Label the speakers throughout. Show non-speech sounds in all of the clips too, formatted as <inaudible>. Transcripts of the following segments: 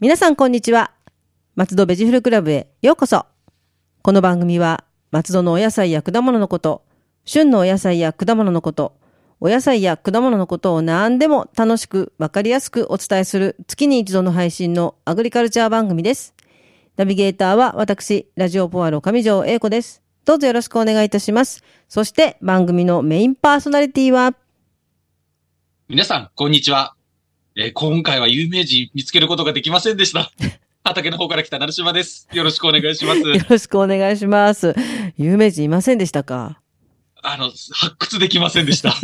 Speaker 1: 皆さんこんにちは。松戸ベジフルクラブへようこそ。この番組は松戸のお野菜や果物のこと、旬のお野菜や果物のこと、お野菜や果物のことを何でも楽しくわかりやすくお伝えする月に一度の配信のアグリカルチャー番組です。ナビゲーターは私、ラジオポアロ上条英子です。どうぞよろしくお願いいたします。そして番組のメインパーソナリティは、
Speaker 2: 皆さん、こんにちは。えー今回は有名人見つけることができませんで
Speaker 1: <laughs>
Speaker 2: した。畑の方から来た成島です。よろしくお願いします。
Speaker 1: よろしくお願いします。有名人いませんでしたか
Speaker 2: あの、発掘できませんでした。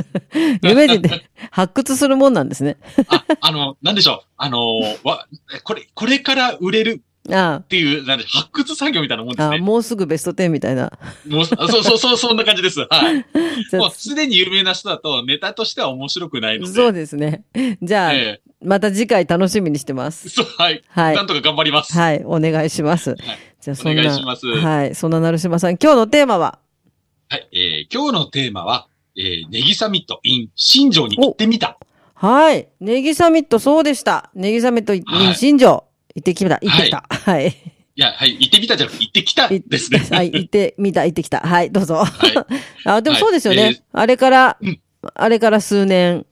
Speaker 2: <laughs>
Speaker 1: 有名人って発掘するもんなんですね。
Speaker 2: あ、あの、なんでしょう。あのーわ、これ、これから売れる
Speaker 1: あ
Speaker 2: っていう、なんで、発掘作業みたいなも
Speaker 1: あ、
Speaker 2: んです
Speaker 1: ああ
Speaker 2: ね。
Speaker 1: もうすぐベスト10みたいな。
Speaker 2: もう、あそうそうそう、そんな感じです。
Speaker 1: <laughs>
Speaker 2: はい。
Speaker 1: じゃあ
Speaker 2: もう、すでに有名な人だと、ネタとしては面白くないので。
Speaker 1: そうですね。じゃあ、
Speaker 2: え
Speaker 1: また次回楽しみにしてま
Speaker 2: え
Speaker 1: す。
Speaker 2: そう、はい。
Speaker 1: はい
Speaker 2: なん。とか頑張ります。
Speaker 1: はい、お願いします。じゃあ、そんな、
Speaker 2: お願いします
Speaker 1: はい、そんな成島さん、今日のテーマは、
Speaker 2: はい。えー今日のテーマは、えーネギサミット in 新庄に行ってみた。
Speaker 1: はい、ネギサミット、そうでした。ネギサミット、
Speaker 2: はい
Speaker 1: 新庄、行ってきた、行ってきた。はい。
Speaker 2: いや、はい、行ってみたじゃなくて、行ってきた
Speaker 1: い
Speaker 2: <laughs> ですね。
Speaker 1: <laughs> はい、行ってみた、行ってきた。 <laughs> はい、どうぞ。
Speaker 2: はい。
Speaker 1: あ、でも
Speaker 2: はい
Speaker 1: そうですよね。
Speaker 2: えー
Speaker 1: あれから、
Speaker 2: うん
Speaker 1: あれから数年、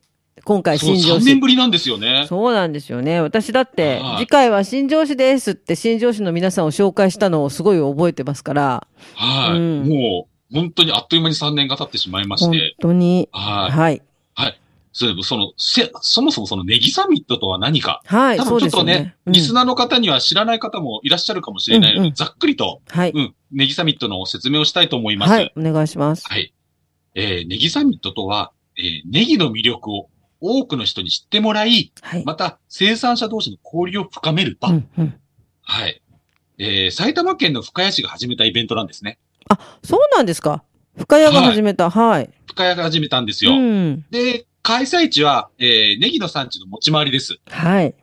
Speaker 1: 今回
Speaker 2: そう、
Speaker 1: 新庄
Speaker 2: 3
Speaker 1: 市
Speaker 2: 年。ぶりなんですよね。
Speaker 1: そうなんですよね。私だって
Speaker 2: は、い
Speaker 1: 次回は新庄市ですって新庄市の皆さんを紹介したのをすごい覚えてますから、
Speaker 2: はい。
Speaker 1: うん
Speaker 2: もう、本当にあっという間に3年が経ってしまいまし
Speaker 1: 本
Speaker 2: て。
Speaker 1: 当に、
Speaker 2: はい。
Speaker 1: はい。
Speaker 2: そういえばその、せ、そもそもそのネギサミットとは何か。
Speaker 1: はい、
Speaker 2: 多
Speaker 1: そ
Speaker 2: 分
Speaker 1: う
Speaker 2: ちょ
Speaker 1: で
Speaker 2: っ
Speaker 1: すよ
Speaker 2: とね、
Speaker 1: ね。うん
Speaker 2: リスナーの方には知らない方もいらっしゃるかもしれないので、
Speaker 1: うんうん
Speaker 2: ざっくりと、
Speaker 1: はい。
Speaker 2: うん、ネギサミットの説明をしたいと思います。
Speaker 1: は
Speaker 2: はいい。、
Speaker 1: お願いします。
Speaker 2: えーネギサミットとは、えーネギの魅力を多くの人に知ってもらい、
Speaker 1: はい。
Speaker 2: また生産者同士の交流を深める場。
Speaker 1: うんうん、
Speaker 2: はい。えー、埼玉県の深谷市が始めたイベントなんですね。
Speaker 1: そうなんですか。深谷が始めた。はい。
Speaker 2: 深谷が始めたんです
Speaker 1: う
Speaker 2: よ。
Speaker 1: ん。
Speaker 2: で、開催地は、えー、ネギの産地の持ち回りです。
Speaker 1: はい。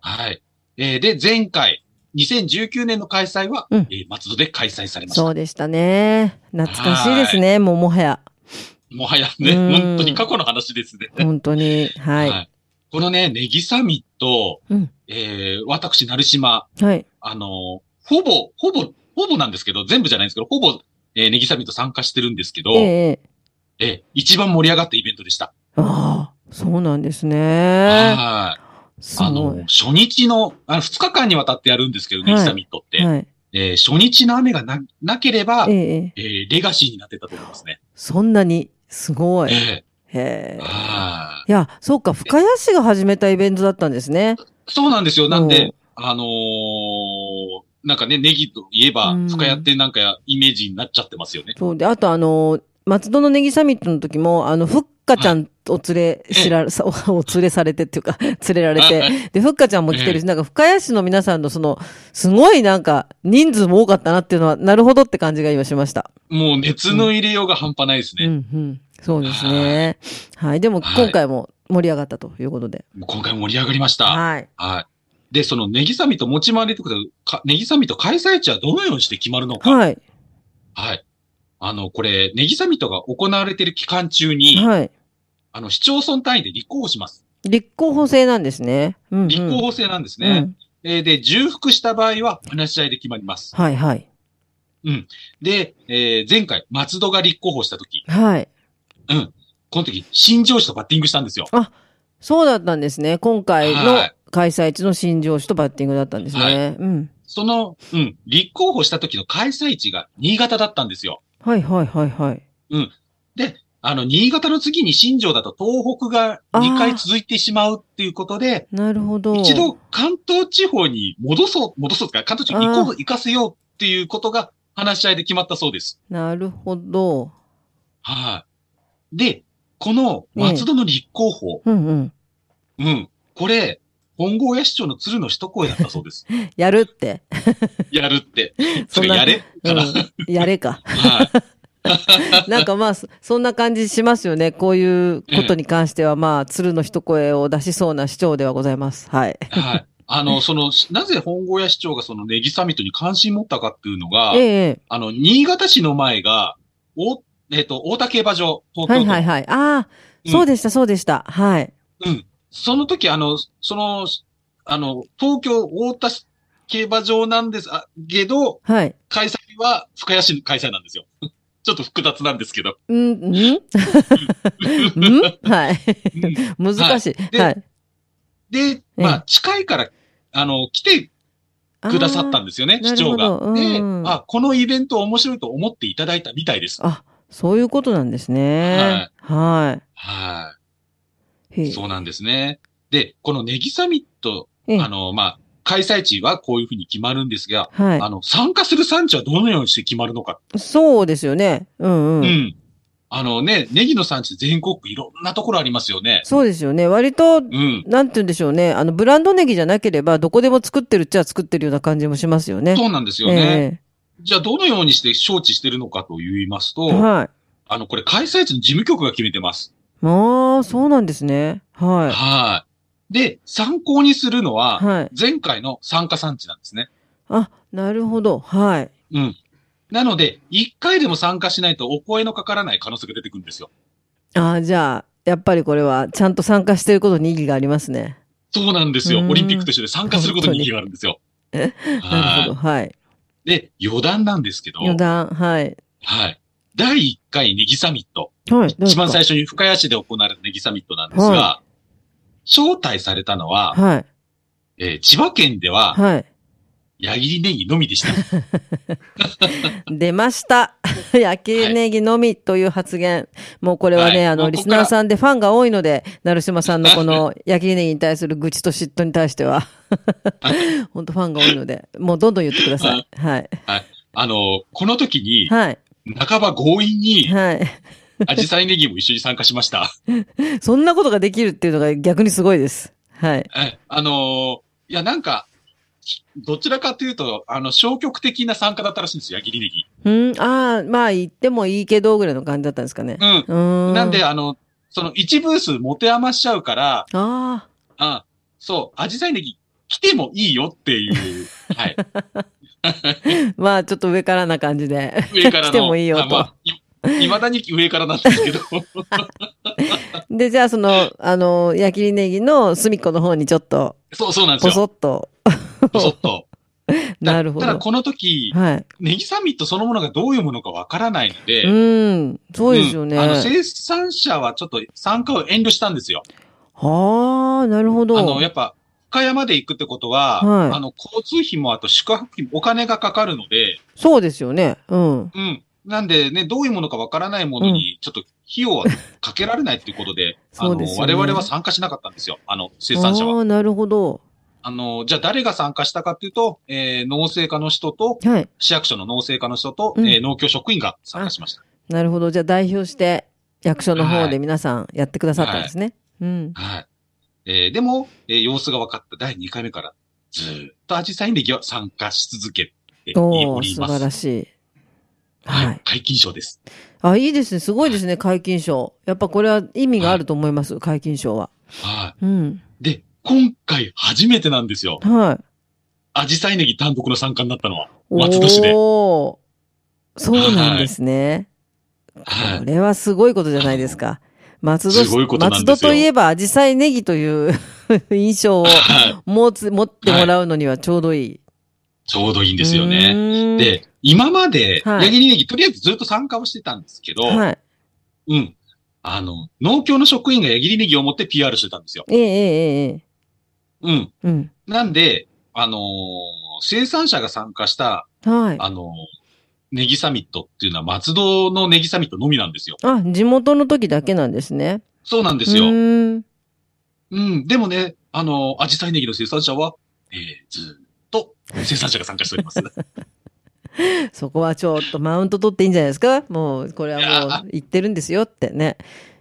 Speaker 2: はい。えー、で、前回、2019年の開催は、
Speaker 1: うん
Speaker 2: えー松戸で開催されまし
Speaker 1: そ
Speaker 2: た。
Speaker 1: うでしたね。懐かしいですね。もうもはや。
Speaker 2: もはやね、
Speaker 1: うん
Speaker 2: 本当に過去の話ですね。
Speaker 1: 本当に。は
Speaker 2: このね、ネギサミット、
Speaker 1: うん
Speaker 2: えー、私、成島、
Speaker 1: い。はい。
Speaker 2: あのーほぼ、ほぼ、ほぼなんですけど、全部じゃないんですけど、ほぼ、えー、ネギサミット参加してるんですけど、
Speaker 1: ええ。
Speaker 2: えー一番盛り上がったイベントでした。
Speaker 1: ああ、そうなんですね。
Speaker 2: はい。
Speaker 1: す
Speaker 2: あ
Speaker 1: ご
Speaker 2: の、
Speaker 1: い。
Speaker 2: 初日の、あの、二日間にわたってやるんですけどね、
Speaker 1: はい
Speaker 2: サミットって。
Speaker 1: はい。
Speaker 2: えー初日の雨がな、なければ、
Speaker 1: え
Speaker 2: え
Speaker 1: え。
Speaker 2: ーレガシーになってたと思いますね。
Speaker 1: そんなに、すごい。
Speaker 2: え
Speaker 1: へ
Speaker 2: ー
Speaker 1: え。
Speaker 2: はい
Speaker 1: や、そうか、深谷市が始めたイベントだったんですね。
Speaker 2: いそうなんですよ。なん
Speaker 1: うん
Speaker 2: で、あのーなんかね、ネギといえば
Speaker 1: うん、
Speaker 2: 深谷ってなんかイメージになっちゃってますよね。
Speaker 1: そうで、あとあの、松戸のネギサミットの時も、あの、ふっかちゃんを連れ、知ら、さお <laughs> お連れされてっていうか、 <laughs> 連れられ
Speaker 2: あ
Speaker 1: て、で、ふっかちゃんも来てるし、なんか深谷市の皆さんのその、すごいなんか、人数も多かったなっていうのは、なるほどって感じが今しました。
Speaker 2: もう熱の入れようが半端ないです
Speaker 1: うん
Speaker 2: ね。
Speaker 1: うん。そうですね。はい。でも、
Speaker 2: はい
Speaker 1: 今回も盛り上がったということで。
Speaker 2: もう今回盛り上がりました。
Speaker 1: はい。
Speaker 2: はい。で、そのネギサミット持ち回りとか、かネギサミット開催地はどのようにして決まるのか。
Speaker 1: はい。
Speaker 2: はい。あの、これ、ネギサミットが行われている期間中に、
Speaker 1: はい。
Speaker 2: あの、市町村単位で立候補します。
Speaker 1: 立候補制なんですね。うん、うん。
Speaker 2: 立候補制なんです
Speaker 1: う
Speaker 2: ね。
Speaker 1: ん
Speaker 2: えーで、重複した場合は話し合いで決まります。
Speaker 1: はいはい。
Speaker 2: で、えー前回、松戸が立候補した時、
Speaker 1: はい。
Speaker 2: この時、新庄市とバッティングしたんですよ。
Speaker 1: そうだったんですね。今回の
Speaker 2: はい
Speaker 1: 開催地の新庄市とバッティングだったんですね。
Speaker 2: はい
Speaker 1: うん。
Speaker 2: その、うん、立候補した時の開催地が新潟だったんですよ。
Speaker 1: はいはいはいはい。
Speaker 2: あの、新潟の次に新庄だと東北が2回続いてしまうっていうことで、
Speaker 1: なるほど。
Speaker 2: 一度関東地方に戻そう、戻そうとか、関東地方に行こう、行かせようっていうことが話し合いで決まったそうです。
Speaker 1: なるほど。
Speaker 2: はい。で、この松戸の立候補、
Speaker 1: うんうん。
Speaker 2: うん。これ、本郷屋市長の鶴の一声だったそう
Speaker 1: <laughs>
Speaker 2: です。
Speaker 1: やるって。
Speaker 2: やるって。
Speaker 1: そ
Speaker 2: そ
Speaker 1: ん
Speaker 2: れ
Speaker 1: な
Speaker 2: やれ
Speaker 1: う
Speaker 2: か <laughs> な。
Speaker 1: ん。やれか。
Speaker 2: はい。
Speaker 1: なんかまあ、そそんな感じしますよね。こういうことに関しては、まあ、鶴の一声を出しそうな市長ではございます。はい。
Speaker 2: はい。あの、その、なぜ本郷屋市長がそのネギサミットに関心持ったかっていうのが、
Speaker 1: ええ。
Speaker 2: あの、新潟市の前が、お、えっ、と、大田競馬場、東京都、
Speaker 1: はいはいはい。ああ、
Speaker 2: うん
Speaker 1: そうでした、そうでした。はい。
Speaker 2: うん。その時、あの、その、あの、東京大田市競馬場なんです、あ、けど、
Speaker 1: はい。
Speaker 2: 開催は深谷市の開催なんですよ。 <laughs> ちょっと複雑なんですけど。
Speaker 1: うん、んん
Speaker 2: <laughs>
Speaker 1: はい。 <laughs>
Speaker 2: うん
Speaker 1: 難しい。
Speaker 2: で
Speaker 1: はい。
Speaker 2: で、まあ、近いから、あの、来てくださったんですよね、
Speaker 1: あー
Speaker 2: 市長
Speaker 1: なるほど
Speaker 2: が。で
Speaker 1: うんう、ん
Speaker 2: あ、このイベント面白いと思っていただいたみたいです。
Speaker 1: あ、そういうことなんですね。は。
Speaker 2: はい
Speaker 1: へ
Speaker 2: い。
Speaker 1: え
Speaker 2: そうなんですね。で、このネギサミット、
Speaker 1: ええ
Speaker 2: あの、まあ、開催地はこういうふうに決まるんですが、
Speaker 1: は
Speaker 2: あの、参加する産地はどのようにして決まるのか
Speaker 1: い。そうですよね。うんうん。
Speaker 2: うん。あのね、ネギの産地全国いろんなところありますよね。
Speaker 1: そうですよね。割と、
Speaker 2: うん。
Speaker 1: なんて言うんでしょうね。あの、ブランドネギじゃなければ、どこでも作ってるっちゃ作ってるような感じもしますよね。
Speaker 2: そうなんですよね。じゃあ、どのようにして招致してるのかと言います
Speaker 1: え
Speaker 2: と、
Speaker 1: えはい。
Speaker 2: あの、これ開催地の事務局が決めてます。
Speaker 1: ああ、そうなんですね。はい。
Speaker 2: はい。で、参考にするのは、
Speaker 1: はい。
Speaker 2: 前回の参加産地なんですね。
Speaker 1: あ、なるほど。はい。
Speaker 2: うん。なので、一回でも参加しないとお声のかからない可能性が出てくるんですよ。
Speaker 1: ああ、じゃあ、やっぱりこれは、ちゃんと参加してることに意義がありますね。
Speaker 2: そうなんですよ。
Speaker 1: うん
Speaker 2: オリンピックと一緒で参加することに意義があるんですよ。
Speaker 1: <laughs> なるほ
Speaker 2: は
Speaker 1: ど。はい。
Speaker 2: い。で、余談なんですけど、
Speaker 1: 余談。はい。
Speaker 2: はい。第1回ネギサミット。
Speaker 1: はい。どうです
Speaker 2: 一
Speaker 1: か
Speaker 2: 番最初に深谷市で行われたネギサミットなんですが、
Speaker 1: は
Speaker 2: 招待されたのは、
Speaker 1: はい。
Speaker 2: えー千葉県では、
Speaker 1: はい。
Speaker 2: 矢切ネギのみ
Speaker 1: <laughs>
Speaker 2: でした。
Speaker 1: 出ました。 <laughs> 焼きネギのみという発言。もうこれはね、
Speaker 2: はい
Speaker 1: あ
Speaker 2: も
Speaker 1: の、
Speaker 2: うこ
Speaker 1: リ
Speaker 2: こ
Speaker 1: ス
Speaker 2: から
Speaker 1: ナーさんでファンが多いので、成島さんのこの <laughs> 焼きネギに対する愚痴と嫉妬に対して
Speaker 2: <laughs>
Speaker 1: は、本当ファンが多いので、もうどんどん言ってください。はい。
Speaker 2: あのー、この時に、
Speaker 1: はい。
Speaker 2: 半ば強引に、
Speaker 1: はい。
Speaker 2: アジサイネギも一緒に参加しました。
Speaker 1: そんなことができるっていうのが逆にすごいです。はい。
Speaker 2: えあのー、いや、なんか、どちらかというと、あの、消極的な参加だったらしいんですよ、矢切ネギ。
Speaker 1: うん、ああ、まあ言ってもいいけど、ぐらいの感じだったんですかね。
Speaker 2: うん。
Speaker 1: うーん。
Speaker 2: なんで、
Speaker 1: あ
Speaker 2: あの、その一ブース持て余しちゃうから、
Speaker 1: あ
Speaker 2: あ、そう、アジサイネギ来てもいいよって
Speaker 1: <laughs>
Speaker 2: いう、はい。
Speaker 1: ー、まあちょっと上からな感じで。
Speaker 2: 上からの。
Speaker 1: 来てもいいよと
Speaker 2: あまあい、いまだに上からなんですけど。 <laughs>
Speaker 1: で、じゃあその、あの、焼きネギの隅っこの方にちょっと、
Speaker 2: そう、そうなんです
Speaker 1: ぽ
Speaker 2: よ。
Speaker 1: そっと。
Speaker 2: ぽそっと。だ
Speaker 1: <laughs> なるほ
Speaker 2: ただ
Speaker 1: ど。
Speaker 2: この時、
Speaker 1: はい。
Speaker 2: ネギサミットそのものがどういうものかわからないので、
Speaker 1: うん。そうですよね。
Speaker 2: んあの、
Speaker 1: は
Speaker 2: 生産者はちょっと参加を遠慮したんですよ。
Speaker 1: あ、なるほ
Speaker 2: あ
Speaker 1: ど。
Speaker 2: の、やっぱ、深山で行くってことは、
Speaker 1: はい
Speaker 2: あの、交通費もあと宿泊費もお金がかかるので、
Speaker 1: そうですよね。うん。
Speaker 2: うん。なんでね、どういうものかわからないものに、ちょっと費用はかけられないっていうことで、
Speaker 1: <laughs>
Speaker 2: あ
Speaker 1: そう
Speaker 2: の、
Speaker 1: ですよ
Speaker 2: 我
Speaker 1: ね
Speaker 2: 々は参加しなかったんですよ。あの、生産者は
Speaker 1: あ。あ、なるほど。
Speaker 2: あの、じゃあ誰が参加したかっていうと、えー農政課の人と、
Speaker 1: はい。
Speaker 2: 市役所の農政課の人と、
Speaker 1: うん
Speaker 2: えー農協職員が参加しました。
Speaker 1: なるほど。じゃあ代表して、役所の方
Speaker 2: は
Speaker 1: で
Speaker 2: い
Speaker 1: 皆さんやってくださったんですね。うん。
Speaker 2: はい。えーでも、えー様子が分かった第2回目から、ずーっとアジサイネギは参加し続けて
Speaker 1: お
Speaker 2: お
Speaker 1: ー、
Speaker 2: り
Speaker 1: 素
Speaker 2: ま
Speaker 1: 晴ら
Speaker 2: す。
Speaker 1: しい。は
Speaker 2: はいい。。解禁賞です。
Speaker 1: あ、いいですね。すごいですね。解禁賞。やっぱこれは意味があると思います。解禁賞は。
Speaker 2: は
Speaker 1: うん。
Speaker 2: い。で、今回初めてなんですよ。
Speaker 1: はい。
Speaker 2: アジサイネギ単独の参加になったのは。
Speaker 1: お
Speaker 2: 松戸市で
Speaker 1: ーそうなんですね。
Speaker 2: は
Speaker 1: こ
Speaker 2: い。
Speaker 1: れはすごいことじゃないですか。松戸市、
Speaker 2: すごいことなんです
Speaker 1: 松
Speaker 2: よ
Speaker 1: 戸といえば、アジサイネギという <laughs> 印象を
Speaker 2: はい。
Speaker 1: 持つ、持ってもらうのにはちょうどいい。
Speaker 2: ちょうどいいんですよね。
Speaker 1: ね、
Speaker 2: で、今まで、
Speaker 1: はい
Speaker 2: ヤギネギ、とりあえずずっと参加をしてたんですけど、
Speaker 1: はい。
Speaker 2: うん。あの、農協の職員が矢切ネギを持って PR してたんですよ。
Speaker 1: ええええええ
Speaker 2: うん。
Speaker 1: うん。
Speaker 2: なんで、あのー生産者が参加した、
Speaker 1: はい。
Speaker 2: あのーネギサミットっていうのは松戸のネギサミットのみなんですよ。
Speaker 1: あ、地元の時だけなんですね。
Speaker 2: そうなんで
Speaker 1: です
Speaker 2: よ。うん,、
Speaker 1: ん。
Speaker 2: でもね、あのー、アジサイネギの生産者は、えー、ずーっと生産者が参加してお
Speaker 1: <laughs>
Speaker 2: ります。
Speaker 1: そこはちょっとマウント取っていいんじゃないですかもう、これはもう、言ってるんですよってね。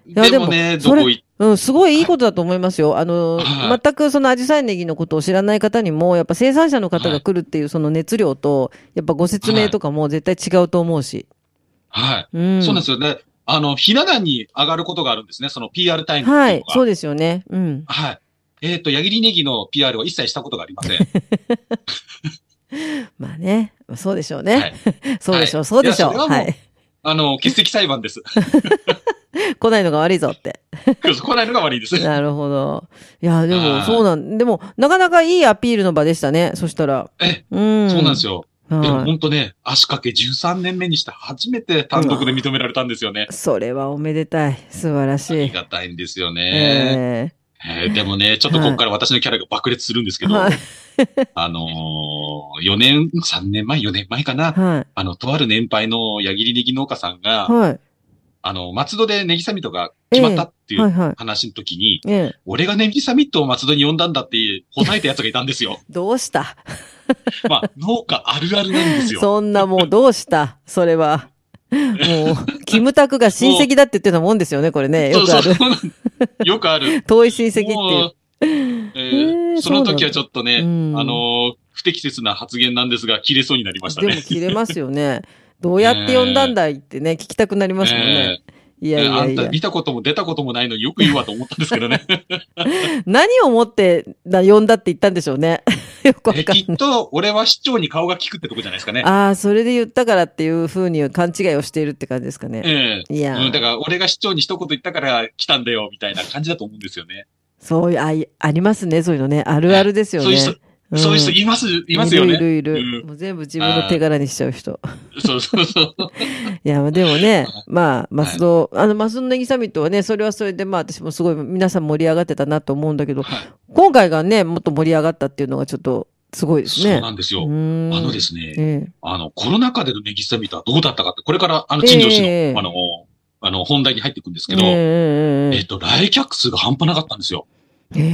Speaker 1: や
Speaker 2: でもね、
Speaker 1: でもそ
Speaker 2: ど
Speaker 1: れ
Speaker 2: こ行っ
Speaker 1: うん、すごいいいことだと思いますよ。あの、
Speaker 2: はい
Speaker 1: 全くそのアジサイネギのことを知らない方にも、やっぱ生産者の方が来るっていうその熱量と、やっぱご説明とかも絶対違うと思うし。
Speaker 2: はい、
Speaker 1: うん。
Speaker 2: そうなんですよね。あの、ひな壇に上がることがあるんですね。その PR タイムって
Speaker 1: は
Speaker 2: いうの
Speaker 1: い
Speaker 2: が。、
Speaker 1: そうですよね。うん。
Speaker 2: はい。えっ、と、矢切ネギの PR は一切したことがありません。
Speaker 1: まあね。まあそうでしょうね。
Speaker 2: はい。
Speaker 1: <laughs> そうでしょう、
Speaker 2: はい
Speaker 1: そうでしょう。
Speaker 2: いやそれはもう
Speaker 1: はい。 <laughs>
Speaker 2: あの、欠席裁判です。
Speaker 1: 来ないのが悪いぞって。
Speaker 2: 来ないのが悪いです。
Speaker 1: なるほど。いや、でも
Speaker 2: あー
Speaker 1: そうなん、でもなかなかいいアピールの場でしたね。そしたら。
Speaker 2: え
Speaker 1: うん。
Speaker 2: そうなんです
Speaker 1: よ。
Speaker 2: よ。でも
Speaker 1: はい。
Speaker 2: 本当ね、足掛け13年目にして初めて単独で認められたんですよね。
Speaker 1: それはおめでたい。素晴らし
Speaker 2: あり
Speaker 1: い。
Speaker 2: がたいんですよ
Speaker 1: え
Speaker 2: ね。えーでもね、ちょっとここから私のキャラが爆裂するんです
Speaker 1: え
Speaker 2: けど、
Speaker 1: はい。
Speaker 2: <laughs> あのー、4年、3年前、4年前かな。
Speaker 1: はい。
Speaker 2: あの、とある年配の矢切ネギ農家さんが、
Speaker 1: はい。
Speaker 2: あの、松戸でネギサミットが決まったってい
Speaker 1: はいうはい。
Speaker 2: 話の時に、
Speaker 1: ええ。。
Speaker 2: 俺がネギサミットを松戸に呼んだんだって答えた奴がいたんですよ
Speaker 1: <laughs> どうした
Speaker 2: まあ、農家あるあるなんですよ。
Speaker 1: そんなもうどうしたそれは。もう、キムタクが親戚だって言ってたもんですよね、これね。よくあ
Speaker 2: そう
Speaker 1: る。
Speaker 2: そうそう <laughs> よくある。
Speaker 1: 遠い親戚って
Speaker 2: も
Speaker 1: いう
Speaker 2: う。えー
Speaker 1: へー
Speaker 2: その時はちょっとね、
Speaker 1: そうなんだうん
Speaker 2: あのー不適切な発言なんですが、切れそうになりました
Speaker 1: でも
Speaker 2: ね。
Speaker 1: 切れますよね。どうやって呼んだんだいってね、聞きたくなりますもんね。い
Speaker 2: えー
Speaker 1: やいや
Speaker 2: あ
Speaker 1: い
Speaker 2: んた
Speaker 1: や。
Speaker 2: 見たことも出たこともないのによく言うわと思ったんですけ
Speaker 1: <laughs>
Speaker 2: どね。
Speaker 1: 何をもってな呼んだって言ったんでしょうね。 <laughs> よくわか
Speaker 2: え
Speaker 1: んない。
Speaker 2: きっと、俺は市長に顔が利くってとこじゃないですかね。
Speaker 1: ああ、それで言ったからっていうふうに勘違いをしているって感じですかね。
Speaker 2: ええ
Speaker 1: いやー、
Speaker 2: うん、だから、俺が市長に一言言ったから来たんだよ、みたいな感じだと思うんですよね。
Speaker 1: そういうあい、ありますね、そういうのね。あるあるですよね。
Speaker 2: そういう人、
Speaker 1: ん
Speaker 2: そういう人います、いますよね。
Speaker 1: いるいるいる。
Speaker 2: う
Speaker 1: もう全部自分の手柄にしちゃう人。
Speaker 2: そうそう
Speaker 1: <laughs>
Speaker 2: そう。
Speaker 1: いや、でも
Speaker 2: <laughs>
Speaker 1: ね、まあ、松戸、あの、松戸のネギサミットはね、それはそれで、まあ、私もすごい皆さん盛り上がってたなと思うんだけど、
Speaker 2: はい
Speaker 1: 今回がね、もっと盛り上がったっていうのがちょっと、すごいです
Speaker 2: そう
Speaker 1: ね。
Speaker 2: なんです
Speaker 1: う
Speaker 2: よ。
Speaker 1: ーん
Speaker 2: あのですね、
Speaker 1: ええ
Speaker 2: あの、コロナ禍でのネギサミットはどうだったかって、これから、あの、陳情氏の、
Speaker 1: ええ
Speaker 2: あの、あの、本題に入っていくんですけ
Speaker 1: え
Speaker 2: ど、え
Speaker 1: え
Speaker 2: っ、と、来客数が半端なかったんですよ。
Speaker 1: ええええ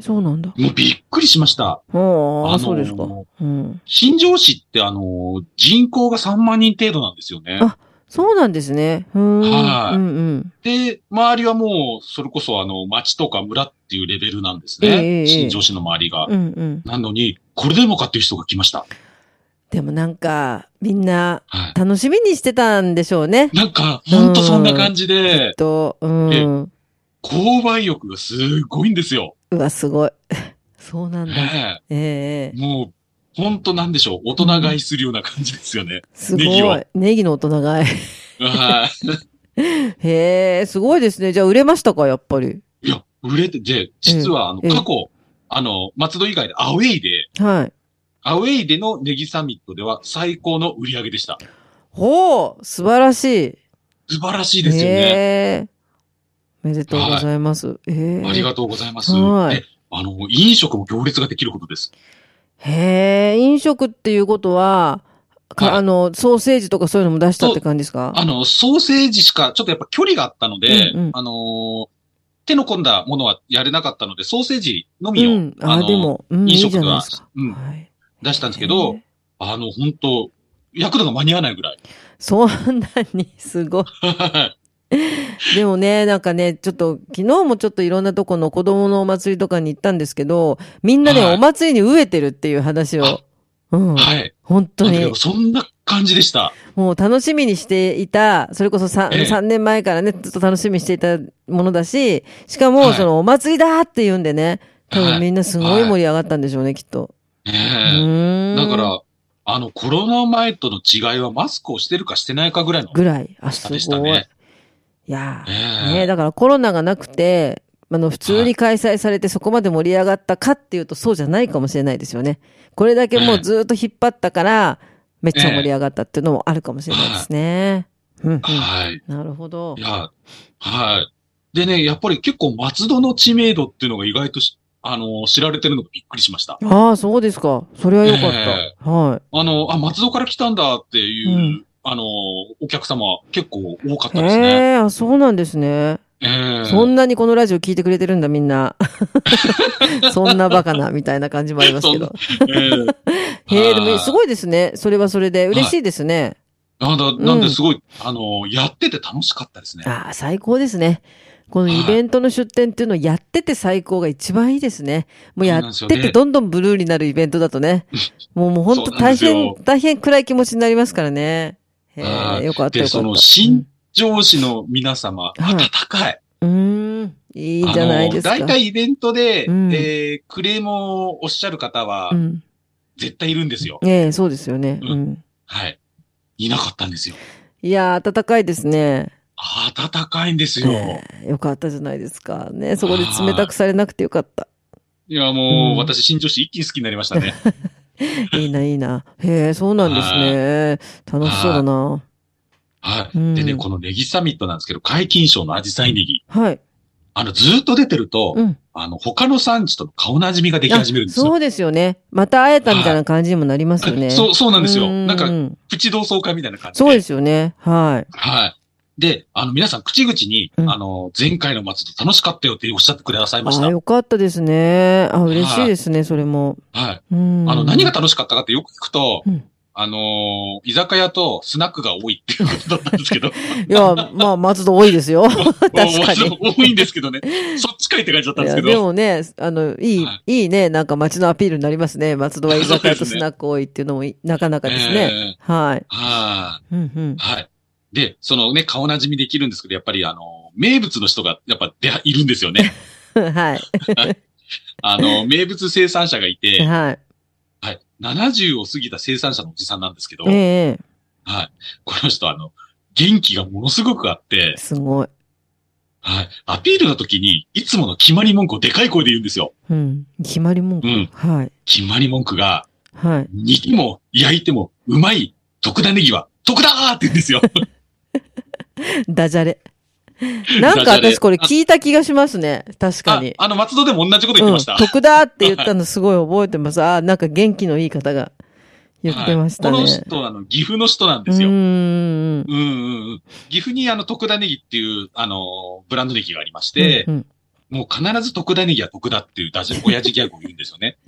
Speaker 1: えそうなんだ。
Speaker 2: もうびっくりしました。
Speaker 1: ああ、
Speaker 2: あのー
Speaker 1: そうですか。うん。
Speaker 2: 新庄市って、あの、人口が3万人程度なんですよね。
Speaker 1: あそうなんですね。うーん。
Speaker 2: はい
Speaker 1: うんうん。
Speaker 2: で、周りはもう、それこそあの、町とか村っていうレベルなんです
Speaker 1: ええ
Speaker 2: ね。新庄市の周りが。
Speaker 1: うんうん。
Speaker 2: なのに、これでもかっていう人が来ました。
Speaker 1: でもなんか、みんな、
Speaker 2: はい。
Speaker 1: 楽しみにしてたんでしょうね。
Speaker 2: なんか、ほんとそんな感じで、
Speaker 1: と、う
Speaker 2: え
Speaker 1: ん。
Speaker 2: 購買欲がすごいんですよ。
Speaker 1: うわ、すごい。そうなんだ。
Speaker 2: え
Speaker 1: ええ
Speaker 2: えもう、ほんとなんでしょう。大人買いするような感じですよね。
Speaker 1: すご
Speaker 2: ネギ
Speaker 1: い
Speaker 2: を。
Speaker 1: ネギの大人買い。
Speaker 2: は
Speaker 1: へえ、すごいですね。じゃあ売れましたか、やっぱり。
Speaker 2: い。いや、売れてて、実はあの、
Speaker 1: ええ
Speaker 2: 過去、あの、松戸以外でアウェイで、
Speaker 1: はい。
Speaker 2: アウェイでのネギサミットでは最高の売り上げでした。
Speaker 1: ほう素晴らしい。
Speaker 2: 素晴らしいですよね。
Speaker 1: へえおめでとうございます。ええ
Speaker 2: ありがとうございます。
Speaker 1: はい
Speaker 2: であの、飲食も行列ができることです。
Speaker 1: へえ飲食っていうことは、か
Speaker 2: はい
Speaker 1: あの、ソーセージとかそういうのも出したって感じですか
Speaker 2: あの、ソーセージしか、ちょっとやっぱ距離があったので、
Speaker 1: うんうん
Speaker 2: あのー手の込んだものはやれなかったので、ソーセージの
Speaker 1: う
Speaker 2: みを、
Speaker 1: ん。あ、
Speaker 2: のー
Speaker 1: でも、うん、いい
Speaker 2: 飲
Speaker 1: じゃ
Speaker 2: 食
Speaker 1: ない
Speaker 2: は
Speaker 1: ですか。
Speaker 2: うん
Speaker 1: はい。
Speaker 2: 出したんですけど
Speaker 1: へえ、
Speaker 2: あの、本当焼くのが間に合わないぐらい。
Speaker 1: そんな <laughs> に、すごい。でもね、なんかね、ちょっと、昨日もちょっといろんなとこの子供のお祭りとかに行ったんですけど、みんなね、
Speaker 2: はい
Speaker 1: お祭りに飢えてるっていう話を
Speaker 2: あ。
Speaker 1: うん。
Speaker 2: はい。
Speaker 1: 本当
Speaker 2: なんだけ
Speaker 1: に
Speaker 2: ど。そんな感じでした。
Speaker 1: もう楽しみにしていた、それこそ 3,、
Speaker 2: ええ
Speaker 1: 三年前からね、ずっと楽しみにしていたものだし、しかも
Speaker 2: はい
Speaker 1: そのお祭りだって言うんでね、多分みんなすごい
Speaker 2: はい
Speaker 1: 盛り上がったんでしょうね、きっと。う
Speaker 2: ねえ
Speaker 1: ーん。
Speaker 2: だか、ら、あの、コロナ前との違いはマスクをしてるかしてないかぐらいの。
Speaker 1: ぐらい。あ、す
Speaker 2: でした
Speaker 1: ごい。
Speaker 2: ね
Speaker 1: いやー
Speaker 2: ねえ
Speaker 1: ねだからコロナがなくて、あの、普通に開催されてそこまで盛り上がったかっていうとそうじゃないかもしれないですよね。これだけもうずーっと引っ張ったから、めっちゃ盛り上がったっていうのもあるかもしれないですね。うん、うん。
Speaker 2: はい。
Speaker 1: なるほど
Speaker 2: い。や、はい。でね、やっぱり結構松戸の知名度っていうのが意外とし、あのー知られてるのがびっくりしました。
Speaker 1: ああ、そうですか。それはよかった。
Speaker 2: え
Speaker 1: はい。
Speaker 2: あの、あ、松戸から来たんだっていう、
Speaker 1: うん
Speaker 2: あのーお客様結構多かっ
Speaker 1: へ
Speaker 2: たですね。
Speaker 1: え、あ、そうなんですね。
Speaker 2: ええ
Speaker 1: そんなにこのラジオ聞いてくれてるんだ、みん
Speaker 2: <laughs>
Speaker 1: な。そんなバカな、みたいな感じもありますけど。
Speaker 2: ええ
Speaker 1: <laughs> へえ、でもす
Speaker 2: い。
Speaker 1: ごいですね。それはそれで。嬉しいですね。
Speaker 2: なんだ、
Speaker 1: ん
Speaker 2: なんですごい、あのーやってて楽しかったですね。
Speaker 1: ああ、最高ですね。このイベントの出店っていうのをやってて最高が一番いいですね。もうやっ
Speaker 2: そう
Speaker 1: て
Speaker 2: なんです
Speaker 1: て
Speaker 2: よね
Speaker 1: どんどんブルーになるイベントだと
Speaker 2: <laughs>
Speaker 1: ね。もうもう本当大
Speaker 2: そうなん
Speaker 1: 変
Speaker 2: です、
Speaker 1: 大変暗い気持ちになりますからね。へ
Speaker 2: ああ
Speaker 1: え、よかったよかった。
Speaker 2: でその新上司の皆様、
Speaker 1: はい
Speaker 2: 温かい。
Speaker 1: うん、うーん、いいじゃないですか。
Speaker 2: あのー大体イベントで、
Speaker 1: うん
Speaker 2: えークレームをおっしゃる方は
Speaker 1: う、ん。
Speaker 2: 絶対いるんですよ。
Speaker 1: ええ、そうですよね。う。
Speaker 2: うんはい。いなかったんですよ。
Speaker 1: いやー、暖かいですね。
Speaker 2: 暖かいんですよ。
Speaker 1: ええよかったじゃないですか。ね、そこで冷たくされなくてよかった。
Speaker 2: いや、もう、
Speaker 1: うん
Speaker 2: 私、新庄市一気に好きになりました
Speaker 1: <laughs>
Speaker 2: ね。
Speaker 1: いいな、いいな。へえ、そうなんですね。楽しそうだな。
Speaker 2: はい。
Speaker 1: うん
Speaker 2: でね、このネギサミットなんですけど、解禁賞のアジサイネギ。
Speaker 1: はい。
Speaker 2: あの、ずーっと出てると、
Speaker 1: うん。
Speaker 2: あの、他の産地との顔なじみができ
Speaker 1: あ
Speaker 2: 始めるんですよ。
Speaker 1: そうですよね。また会えたみたいな感じにもなりますよね。
Speaker 2: そう、そうなんですよ。
Speaker 1: う
Speaker 2: なんか、
Speaker 1: う
Speaker 2: プチ同窓会みたいな感じ
Speaker 1: そうですよね。は
Speaker 2: はい。で、あの、皆さん、口々に、
Speaker 1: うん
Speaker 2: あの、前回の祭り楽しかったよっておっしゃってくださいまし
Speaker 1: い。あ、
Speaker 2: た。
Speaker 1: よかったですね。あ、嬉しいですね、それも。
Speaker 2: はい。
Speaker 1: うん。
Speaker 2: あの、何が楽しかったかってよく聞くと、
Speaker 1: うん
Speaker 2: あのー居酒屋とスナックが多いっていうことだったんですけど、
Speaker 1: いや、まあ、松戸多いですよ。 <laughs> 確かに。
Speaker 2: 多いんですけどね。そっちかいって感じだったん
Speaker 1: い
Speaker 2: です
Speaker 1: や、
Speaker 2: け
Speaker 1: で
Speaker 2: ど。
Speaker 1: もね、あの、いい
Speaker 2: はい、
Speaker 1: いいね、なんか街のアピールになりますね。松戸は居酒屋と
Speaker 2: そうです
Speaker 1: ス
Speaker 2: ね
Speaker 1: ナック多いっていうのもい、なかなかですね。
Speaker 2: ええ
Speaker 1: はい。
Speaker 2: は
Speaker 1: うんうん
Speaker 2: い。。はい。で、そのね、顔なじみできるんですけど、やっぱりあの、名物の人がやっぱでいるんです
Speaker 1: <laughs>
Speaker 2: よね。
Speaker 1: はい。
Speaker 2: あの、名物生産者がいて、
Speaker 1: はい。
Speaker 2: はい。70を過ぎた生産者のおじさんなんですけど、
Speaker 1: え
Speaker 2: はい。
Speaker 1: え
Speaker 2: この人あの、元気がものすごくあって、
Speaker 1: すごい。
Speaker 2: はい。アピールの時に、いつもの決まり文句をでかい声で言うんですよ。
Speaker 1: うん。決まり文句。
Speaker 2: うん
Speaker 1: はい。
Speaker 2: 決まり文句が、
Speaker 1: はい。
Speaker 2: 煮ても焼いてもうまい特ダネギは特ダーって言うんですよ。
Speaker 1: ダジャ
Speaker 2: <laughs>
Speaker 1: レ。なんか
Speaker 2: ダジャレ
Speaker 1: 私これ聞いた気がしますね。確か
Speaker 2: あ
Speaker 1: に。
Speaker 2: あの、松戸でも同じこと言って
Speaker 1: うん
Speaker 2: ました。。
Speaker 1: 徳田って言ったのすごい覚えてます。あーなんか元気のいい方が言ってましたね。
Speaker 2: はいこの人、あの、岐阜の人なん
Speaker 1: う
Speaker 2: ですよ。うん
Speaker 1: ーん。
Speaker 2: うんうん。岐阜にあの、特ダネギっていう、あの、ブランドネギがありまして、
Speaker 1: うんうんい
Speaker 2: もう必ず特ダネギは特ダっていうダジャレ、親父ギャグを言うんですよね。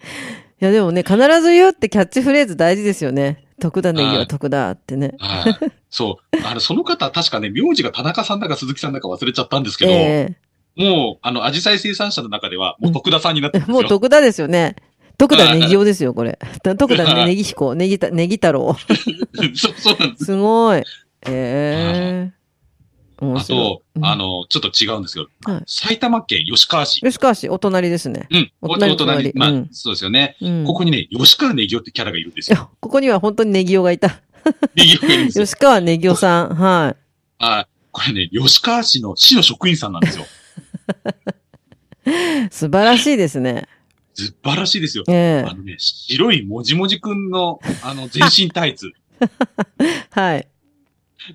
Speaker 1: やでもね、必ず言うってキャッチフレーズ大事ですよね。徳田ネギは徳田ってね。
Speaker 2: はい。そう。あの、その方、確かね、名字が田中さんだか鈴木さんだか忘れちゃったんですけど、
Speaker 1: え
Speaker 2: もう、あの、アジサイ生産者の中では、もう徳田さんになって
Speaker 1: え
Speaker 2: る
Speaker 1: <laughs>
Speaker 2: んです
Speaker 1: も
Speaker 2: よ。
Speaker 1: う徳田ですよね。徳田ネギオですよ、これ。徳田ネギ彦、ネギた、ネギ太郎。
Speaker 2: <laughs> そう、そうなんです。
Speaker 1: すごい。ええ面
Speaker 2: あ
Speaker 1: 白い。
Speaker 2: と、
Speaker 1: うん
Speaker 2: あの、ちょっと違うんですけど、
Speaker 1: はい
Speaker 2: 埼玉県吉川市。
Speaker 1: 吉川市、お隣ですね。
Speaker 2: うん。お
Speaker 1: お隣
Speaker 2: お隣
Speaker 1: お隣
Speaker 2: まあ、
Speaker 1: うん
Speaker 2: そうですよね。
Speaker 1: うん。
Speaker 2: ここにね、吉川ネギオってキャラがいるんです
Speaker 1: い <laughs>
Speaker 2: よ。
Speaker 1: や、 <laughs> ここには本当にネギオがい
Speaker 2: <laughs>
Speaker 1: た。
Speaker 2: ネギオがいるんですよ。
Speaker 1: 吉川ネギオさん。は
Speaker 2: あこれね、吉川市の市の職員さんなん
Speaker 1: <laughs>
Speaker 2: ですよ。
Speaker 1: い。素晴らしいですね。
Speaker 2: 素晴らしいですよ。 <laughs>
Speaker 1: え
Speaker 2: あのね、白いもじもじくんの、あの、全身タイツ。
Speaker 1: えはい。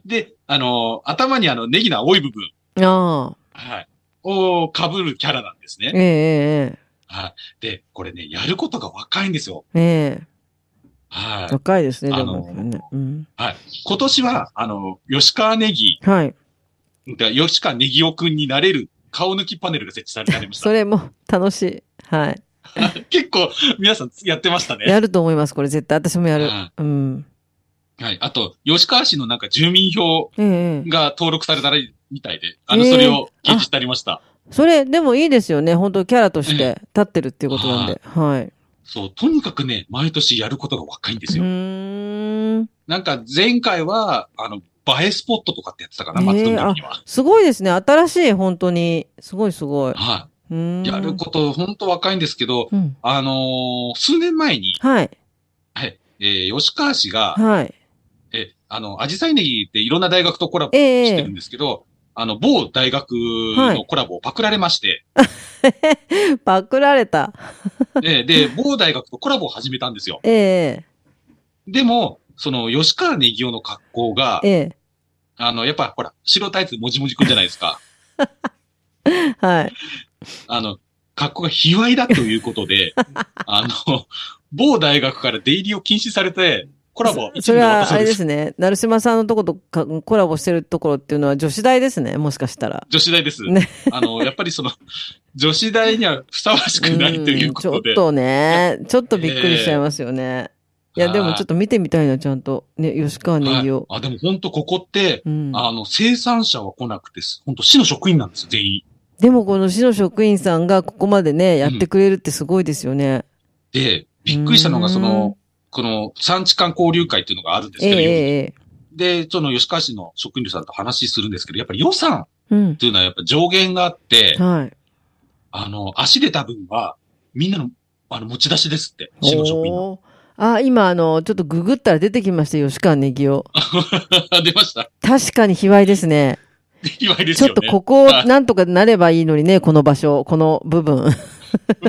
Speaker 2: で、あの、頭にあの、ネギの青い部分。
Speaker 1: ああ。
Speaker 2: はい。を被るキャラなんです
Speaker 1: え
Speaker 2: ね。
Speaker 1: え
Speaker 2: はい。で、これね、やることが若いんですよ。
Speaker 1: ええええ
Speaker 2: はい。
Speaker 1: 若いですね、で
Speaker 2: あ
Speaker 1: も
Speaker 2: の
Speaker 1: ね。うん。
Speaker 2: はい。今年は、あの、吉川ネギ、
Speaker 1: はい。
Speaker 2: だ吉川ネギオくんになれる顔抜きパネルが設置されてありまし
Speaker 1: それも楽しい。はい。
Speaker 2: た。結構、皆さんやってましたね。
Speaker 1: やると思います、これ絶対。私もやる。うん。
Speaker 2: はい。あと、吉川市のなんか住民票
Speaker 1: ええええ
Speaker 2: が登録されたらみたいで、あの、
Speaker 1: えー
Speaker 2: それを掲示してありました。
Speaker 1: それ、でもいいですよね。本当キャラとして立ってるっていうことなんで。はい。
Speaker 2: そう、とにかくね、毎年やることが若いんで
Speaker 1: う
Speaker 2: すよ。
Speaker 1: ーん。
Speaker 2: なんか前回は、あの、映えスポットとかってやってたかな、
Speaker 1: えー
Speaker 2: 松戸の時には。
Speaker 1: すごいですね。新しい、本当に。すごいすごい。
Speaker 2: は
Speaker 1: うーん。
Speaker 2: い。やること、ほんと若いんですけど、
Speaker 1: うん。
Speaker 2: あのー数年前に、
Speaker 1: はい。
Speaker 2: はい、えー吉川市が、
Speaker 1: はい。
Speaker 2: え、あの、アジサイネギっていろんな大学とコラボ
Speaker 1: え
Speaker 2: して
Speaker 1: え
Speaker 2: るんですけど、あの、某大学のコラボをパクられまして、
Speaker 1: パクられた。
Speaker 2: えーで、某大学とコラボを始めたんですよ。
Speaker 1: ええ
Speaker 2: でも、その、吉川ネギオの格好が
Speaker 1: え、え
Speaker 2: あの、やっぱ、ほら、白タイツもじもじくんじゃないですか。
Speaker 1: えはい。
Speaker 2: あの、格好が卑猥だということ
Speaker 1: <laughs>
Speaker 2: で、あの、某大学から出入りを禁止されて、コラボを一
Speaker 1: そ
Speaker 2: 部
Speaker 1: れ
Speaker 2: で渡
Speaker 1: は、
Speaker 2: さ
Speaker 1: あ
Speaker 2: れ
Speaker 1: れで
Speaker 2: です
Speaker 1: すね。成島さんのとことかコラボしてるところっていうのは女子大ですね。もしかしたら。
Speaker 2: 女子大です。
Speaker 1: ね
Speaker 2: あの、やっぱりその、女子大にはふさわしくないという
Speaker 1: うん
Speaker 2: こ
Speaker 1: ちょ
Speaker 2: と
Speaker 1: っ
Speaker 2: で。
Speaker 1: とね、ちょっとびっくりしちゃいますよね。いや、でもちょっと見てみたいな、ちゃんと。ね、吉川ネギを。
Speaker 2: はいあ、でも本当ここって、
Speaker 1: うん。
Speaker 2: あの、生産者は来なくてす、本当市の職員なんですよ、全員。
Speaker 1: でもこの市の職員さんがここまでね、やってくれるってすごいですよね。
Speaker 2: で、びっくりしたのが、そうの、この産地間交流会っていうのがあるんですけど、
Speaker 1: ええ
Speaker 2: 夜に
Speaker 1: ええ
Speaker 2: で、その吉川市の職員さんと話するんですけど、やっぱり予算っ
Speaker 1: うん。
Speaker 2: ていうのはやっぱ上限があって、
Speaker 1: はい。
Speaker 2: あの、足でた分は、みんなの、あの、持ち出しですって、市の職員の。
Speaker 1: おーあ、今あの、ちょっとググったら出てきました、吉川ネギを。
Speaker 2: <laughs> 出ました。
Speaker 1: 確かに卑猥ですね。
Speaker 2: 祝いです
Speaker 1: ちょ
Speaker 2: よ
Speaker 1: っ
Speaker 2: ね。
Speaker 1: とここを
Speaker 2: はい
Speaker 1: なんとかなればいいのにね、この場所、この部
Speaker 2: <laughs>
Speaker 1: 分。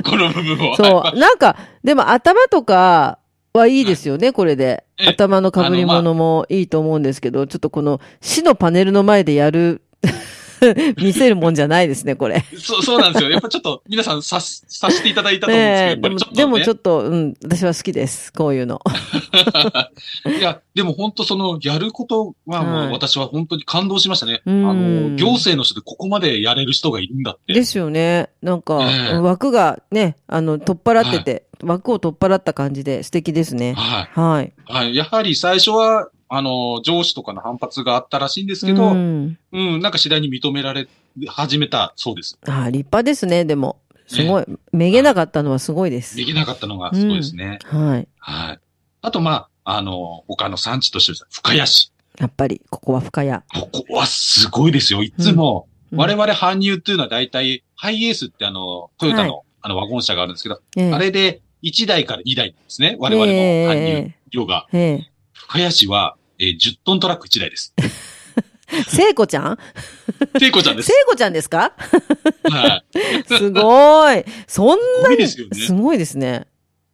Speaker 2: この部分を。はいま
Speaker 1: そ
Speaker 2: あ
Speaker 1: う。なんか、でも頭とかはいいですよね、これで。
Speaker 2: ええ
Speaker 1: 頭の被り
Speaker 2: あ
Speaker 1: 物もいいと思うんですけど、ちょっとこの死のパネルの前でやる、 <laughs> 見せるもんじゃないですね、これ。
Speaker 2: そう、そうなんですよ。やっぱちょっと皆さん察し、察していただいたと思うんです
Speaker 1: ね
Speaker 2: け
Speaker 1: えでも
Speaker 2: ど、やっぱり
Speaker 1: で
Speaker 2: ちょっと、ね。
Speaker 1: もちょっと、うん、私は好きです、こういうの。
Speaker 2: いや、でも本当その、やることはも
Speaker 1: はいう
Speaker 2: 私は本当に感動しましたね。
Speaker 1: うん
Speaker 2: あの、行政の人でここまでやれる人がいるんだって。
Speaker 1: ですよね。なんか、
Speaker 2: ええ
Speaker 1: 枠がね、あの、取っ払ってて、枠を取っ払った感じで素敵ですね。
Speaker 2: は
Speaker 1: はい。
Speaker 2: い。はい。やはり最初は、あの、上司とかの反発があったらしいんですけど、
Speaker 1: う
Speaker 2: うん、
Speaker 1: ん
Speaker 2: なんか次第に認められ始めたそうです。
Speaker 1: あー立派ですね、でも。すごい。めげなかったのはすごいです
Speaker 2: で。きなかったのがすごいですね。
Speaker 1: はい。
Speaker 2: はい。あと、まあ、あの、他の産地として、深谷市。
Speaker 1: やっぱり、ここは深谷。
Speaker 2: ここはすごいですよ。いつも、
Speaker 1: うん
Speaker 2: 我々搬入っていうのは大体、ハイエースってあの、トヨタの、
Speaker 1: は
Speaker 2: あの、ワゴン車があるんですけど、
Speaker 1: ええ
Speaker 2: あれで1台から2台なんですね。我々の搬入量が。
Speaker 1: えええ
Speaker 2: 深谷市は、えー10トントラック1台です。
Speaker 1: <laughs> え聖子ちゃん
Speaker 2: 聖子ちゃんで
Speaker 1: 聖
Speaker 2: す。
Speaker 1: 子ちゃんです
Speaker 2: <laughs>
Speaker 1: か
Speaker 2: はい。
Speaker 1: すごーい。そん
Speaker 2: す
Speaker 1: な
Speaker 2: ごい
Speaker 1: に、
Speaker 2: ですよね
Speaker 1: すごいですね。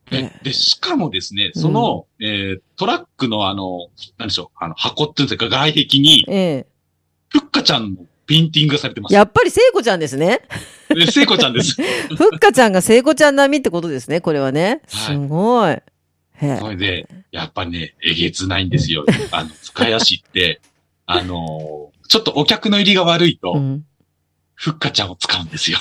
Speaker 2: えで、しかもですね、その、えートラックのあの、なんでしょう、あの、箱っていうんですか、外壁に、
Speaker 1: え
Speaker 2: ふっかちゃんのペインティングがされて
Speaker 1: え
Speaker 2: ます。
Speaker 1: やっぱり聖子ちゃんです
Speaker 2: <laughs>
Speaker 1: ね。
Speaker 2: で聖子ちゃ
Speaker 1: <laughs>
Speaker 2: んです。
Speaker 1: ふっかちゃんが聖子ちゃん並みってことですね、これはね。
Speaker 2: は
Speaker 1: す
Speaker 2: い
Speaker 1: ごい。へえ
Speaker 2: それで、やっぱね、えげつないんで
Speaker 1: <laughs>
Speaker 2: すよ。あの、深谷市って、あのーちょっとお客の入りが悪いうと、
Speaker 1: ん。
Speaker 2: ふっかちゃんを使うんですよ。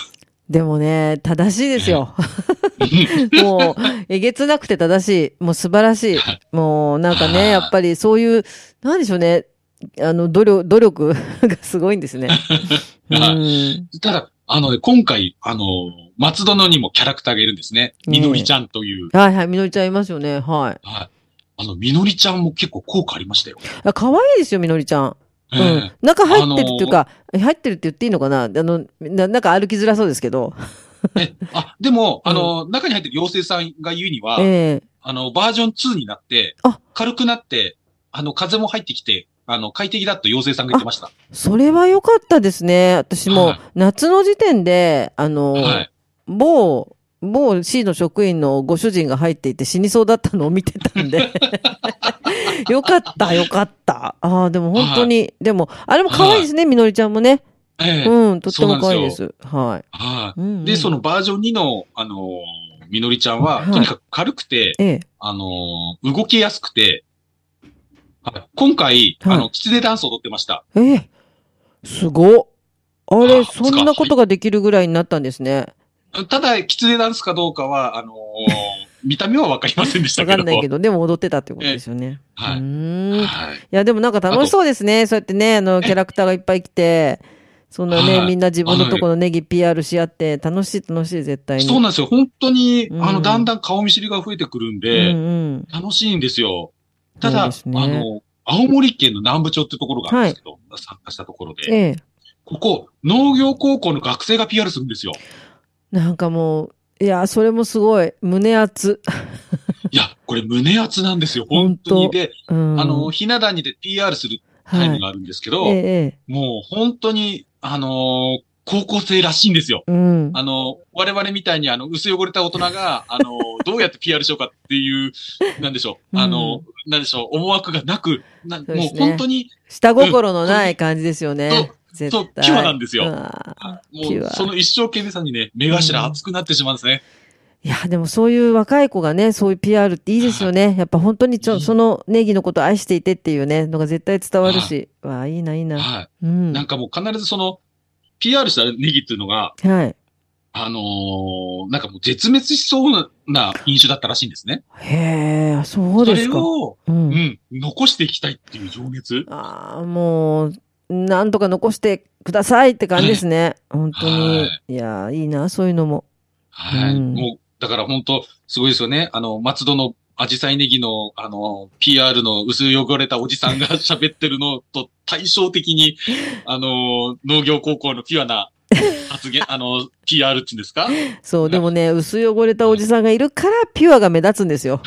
Speaker 1: でもね、正しいですよ。 <laughs> もう、えげつなくて正しい。もう素晴らしい。もう、なんか
Speaker 2: は
Speaker 1: ね、
Speaker 2: い
Speaker 1: やっぱりそういう、なんでしょうね。あの、努力、努力 <laughs> がすごいんです
Speaker 2: <laughs>
Speaker 1: ね。うん。
Speaker 2: <laughs> ただ、あのね、今回、あのー松殿にもキャラクターがいるんですね。みのりちゃんという。
Speaker 1: はいはい、みのりちゃんいますよね。はい。
Speaker 2: はい。あの、みのりちゃんも結構効果ありましたよ。
Speaker 1: あ可愛いですよ、みのりちゃん。う
Speaker 2: え
Speaker 1: ん
Speaker 2: え。
Speaker 1: 中入ってるっていうか、入ってるって言っていいのかなあの、ななんか歩きづらそうですけど。
Speaker 2: えあ、でも、あのー中に入ってる妖精さんが言うには、
Speaker 1: ええ
Speaker 2: あの、バージョン2になって
Speaker 1: あ、
Speaker 2: 軽くなって、あの、風も入ってきて、あの、快適だと妖精さんが言ってました。
Speaker 1: それは良かったですね。私も
Speaker 2: はい、
Speaker 1: 夏の時点で、あの、
Speaker 2: はい。
Speaker 1: 某、某市の職員のご主人が入っていて死にそうだったのを見てたん
Speaker 2: <laughs>
Speaker 1: で。よかった、よかった。ああ、でも本当に、でも、あれも可愛いですね、みのりちゃんもね。
Speaker 2: ええ
Speaker 1: うん、とっても可愛いです。は。
Speaker 2: はい
Speaker 1: うんう
Speaker 2: い。
Speaker 1: ん
Speaker 2: で、その、バージョン2の、あのーみのりちゃんは
Speaker 1: は、い
Speaker 2: とにかく軽くて、
Speaker 1: ええ。
Speaker 2: あのー動きやすくて、はい今回、
Speaker 1: はい
Speaker 2: あの、キツネダンスを踊ってました。
Speaker 1: ええ。すごっ。あれ、
Speaker 2: あ
Speaker 1: そんなことができるぐらいになったんですね。
Speaker 2: ただ、キツネダンスかどうかは、
Speaker 1: <laughs>
Speaker 2: あのー見た目はわかりませんでした
Speaker 1: わ
Speaker 2: け
Speaker 1: か
Speaker 2: ど。
Speaker 1: んないけど、でも踊ってたってことですよね。
Speaker 2: はい
Speaker 1: ー
Speaker 2: う
Speaker 1: ん。い
Speaker 2: はい。
Speaker 1: や、でもなんか楽しそうですね。そうやってね、あの、キャラクターがいっぱい来て、そんなね、
Speaker 2: はい
Speaker 1: みんな自分のとこのネギ PR し合って、楽しい楽しい、絶対に。
Speaker 2: そうなんですよ。本当に、
Speaker 1: うん
Speaker 2: あの、だんだん顔見知りが増えてくるん
Speaker 1: う
Speaker 2: で、
Speaker 1: んうん。
Speaker 2: 楽しいんですよ。ただ、
Speaker 1: そうですね
Speaker 2: あの、青森県の南部町ってところがあるんですけど、参加したところで、
Speaker 1: ええ。
Speaker 2: ここ、農業高校の学生が PR するんですよ。
Speaker 1: なんかもう、いや、それもすごい、胸熱。
Speaker 2: いや、これ胸熱なんですよ、本当
Speaker 1: 本
Speaker 2: に。
Speaker 1: 当
Speaker 2: で、
Speaker 1: うん。
Speaker 2: あの、、ひな壇にで PR するタ
Speaker 1: は
Speaker 2: イム
Speaker 1: い。
Speaker 2: があるんですけど、
Speaker 1: ええ、え
Speaker 2: もう本当に、あのー高校生らしいんですよ。
Speaker 1: え。うん。
Speaker 2: あの、我々みたいにあの、薄汚れた大人が、あのー、どうやって PR しようかっていう、なんでしょう、あのー、なんでしょう、思惑がなく、な
Speaker 1: そうです
Speaker 2: もう
Speaker 1: ね
Speaker 2: 本当に、
Speaker 1: 下心のない感じですよね。絶
Speaker 2: そう
Speaker 1: 対。
Speaker 2: ピュアなんですよ
Speaker 1: うわー
Speaker 2: も
Speaker 1: ピュ
Speaker 2: う
Speaker 1: ア
Speaker 2: その一生懸命さにね、目頭熱くなってしまうんですね。
Speaker 1: いや、でもそういう若い子がね、そういう PR っていいですよね。やっぱ本当にち
Speaker 2: う
Speaker 1: ょ、
Speaker 2: ん
Speaker 1: そのネギのことを愛していてっていうね、のが絶対伝わるし。わあ、いいな、いいな。
Speaker 2: は
Speaker 1: う
Speaker 2: い。
Speaker 1: ん。
Speaker 2: な
Speaker 1: は
Speaker 2: んかもう必ずその、PR したネギっていうのが、
Speaker 1: い。
Speaker 2: あのーなんかもう絶滅しそうな飲酒だったらしいんですね。
Speaker 1: へえ、そうです
Speaker 2: れ
Speaker 1: か。
Speaker 2: を、
Speaker 1: う。
Speaker 2: うんん、残していきたいっていう情熱。
Speaker 1: ああ、もう、なんとか残してくださいって感じですね。本当に。、
Speaker 2: はい
Speaker 1: やー、いいな、そういうのも。
Speaker 2: はい。
Speaker 1: うん
Speaker 2: もう、だから本当すごいですよね。あの、松戸の紫陽花ネギの、あの、PR の薄汚れたおじさん
Speaker 1: <laughs>
Speaker 2: が喋ってるのと対照的に、あのー農業高校のピュアな、
Speaker 1: <laughs>
Speaker 2: 発言、あの、PR っていうんですか
Speaker 1: そう、でもね、薄汚れたおじさんがいるから、ピュアが目立つんです
Speaker 2: <laughs>
Speaker 1: よ。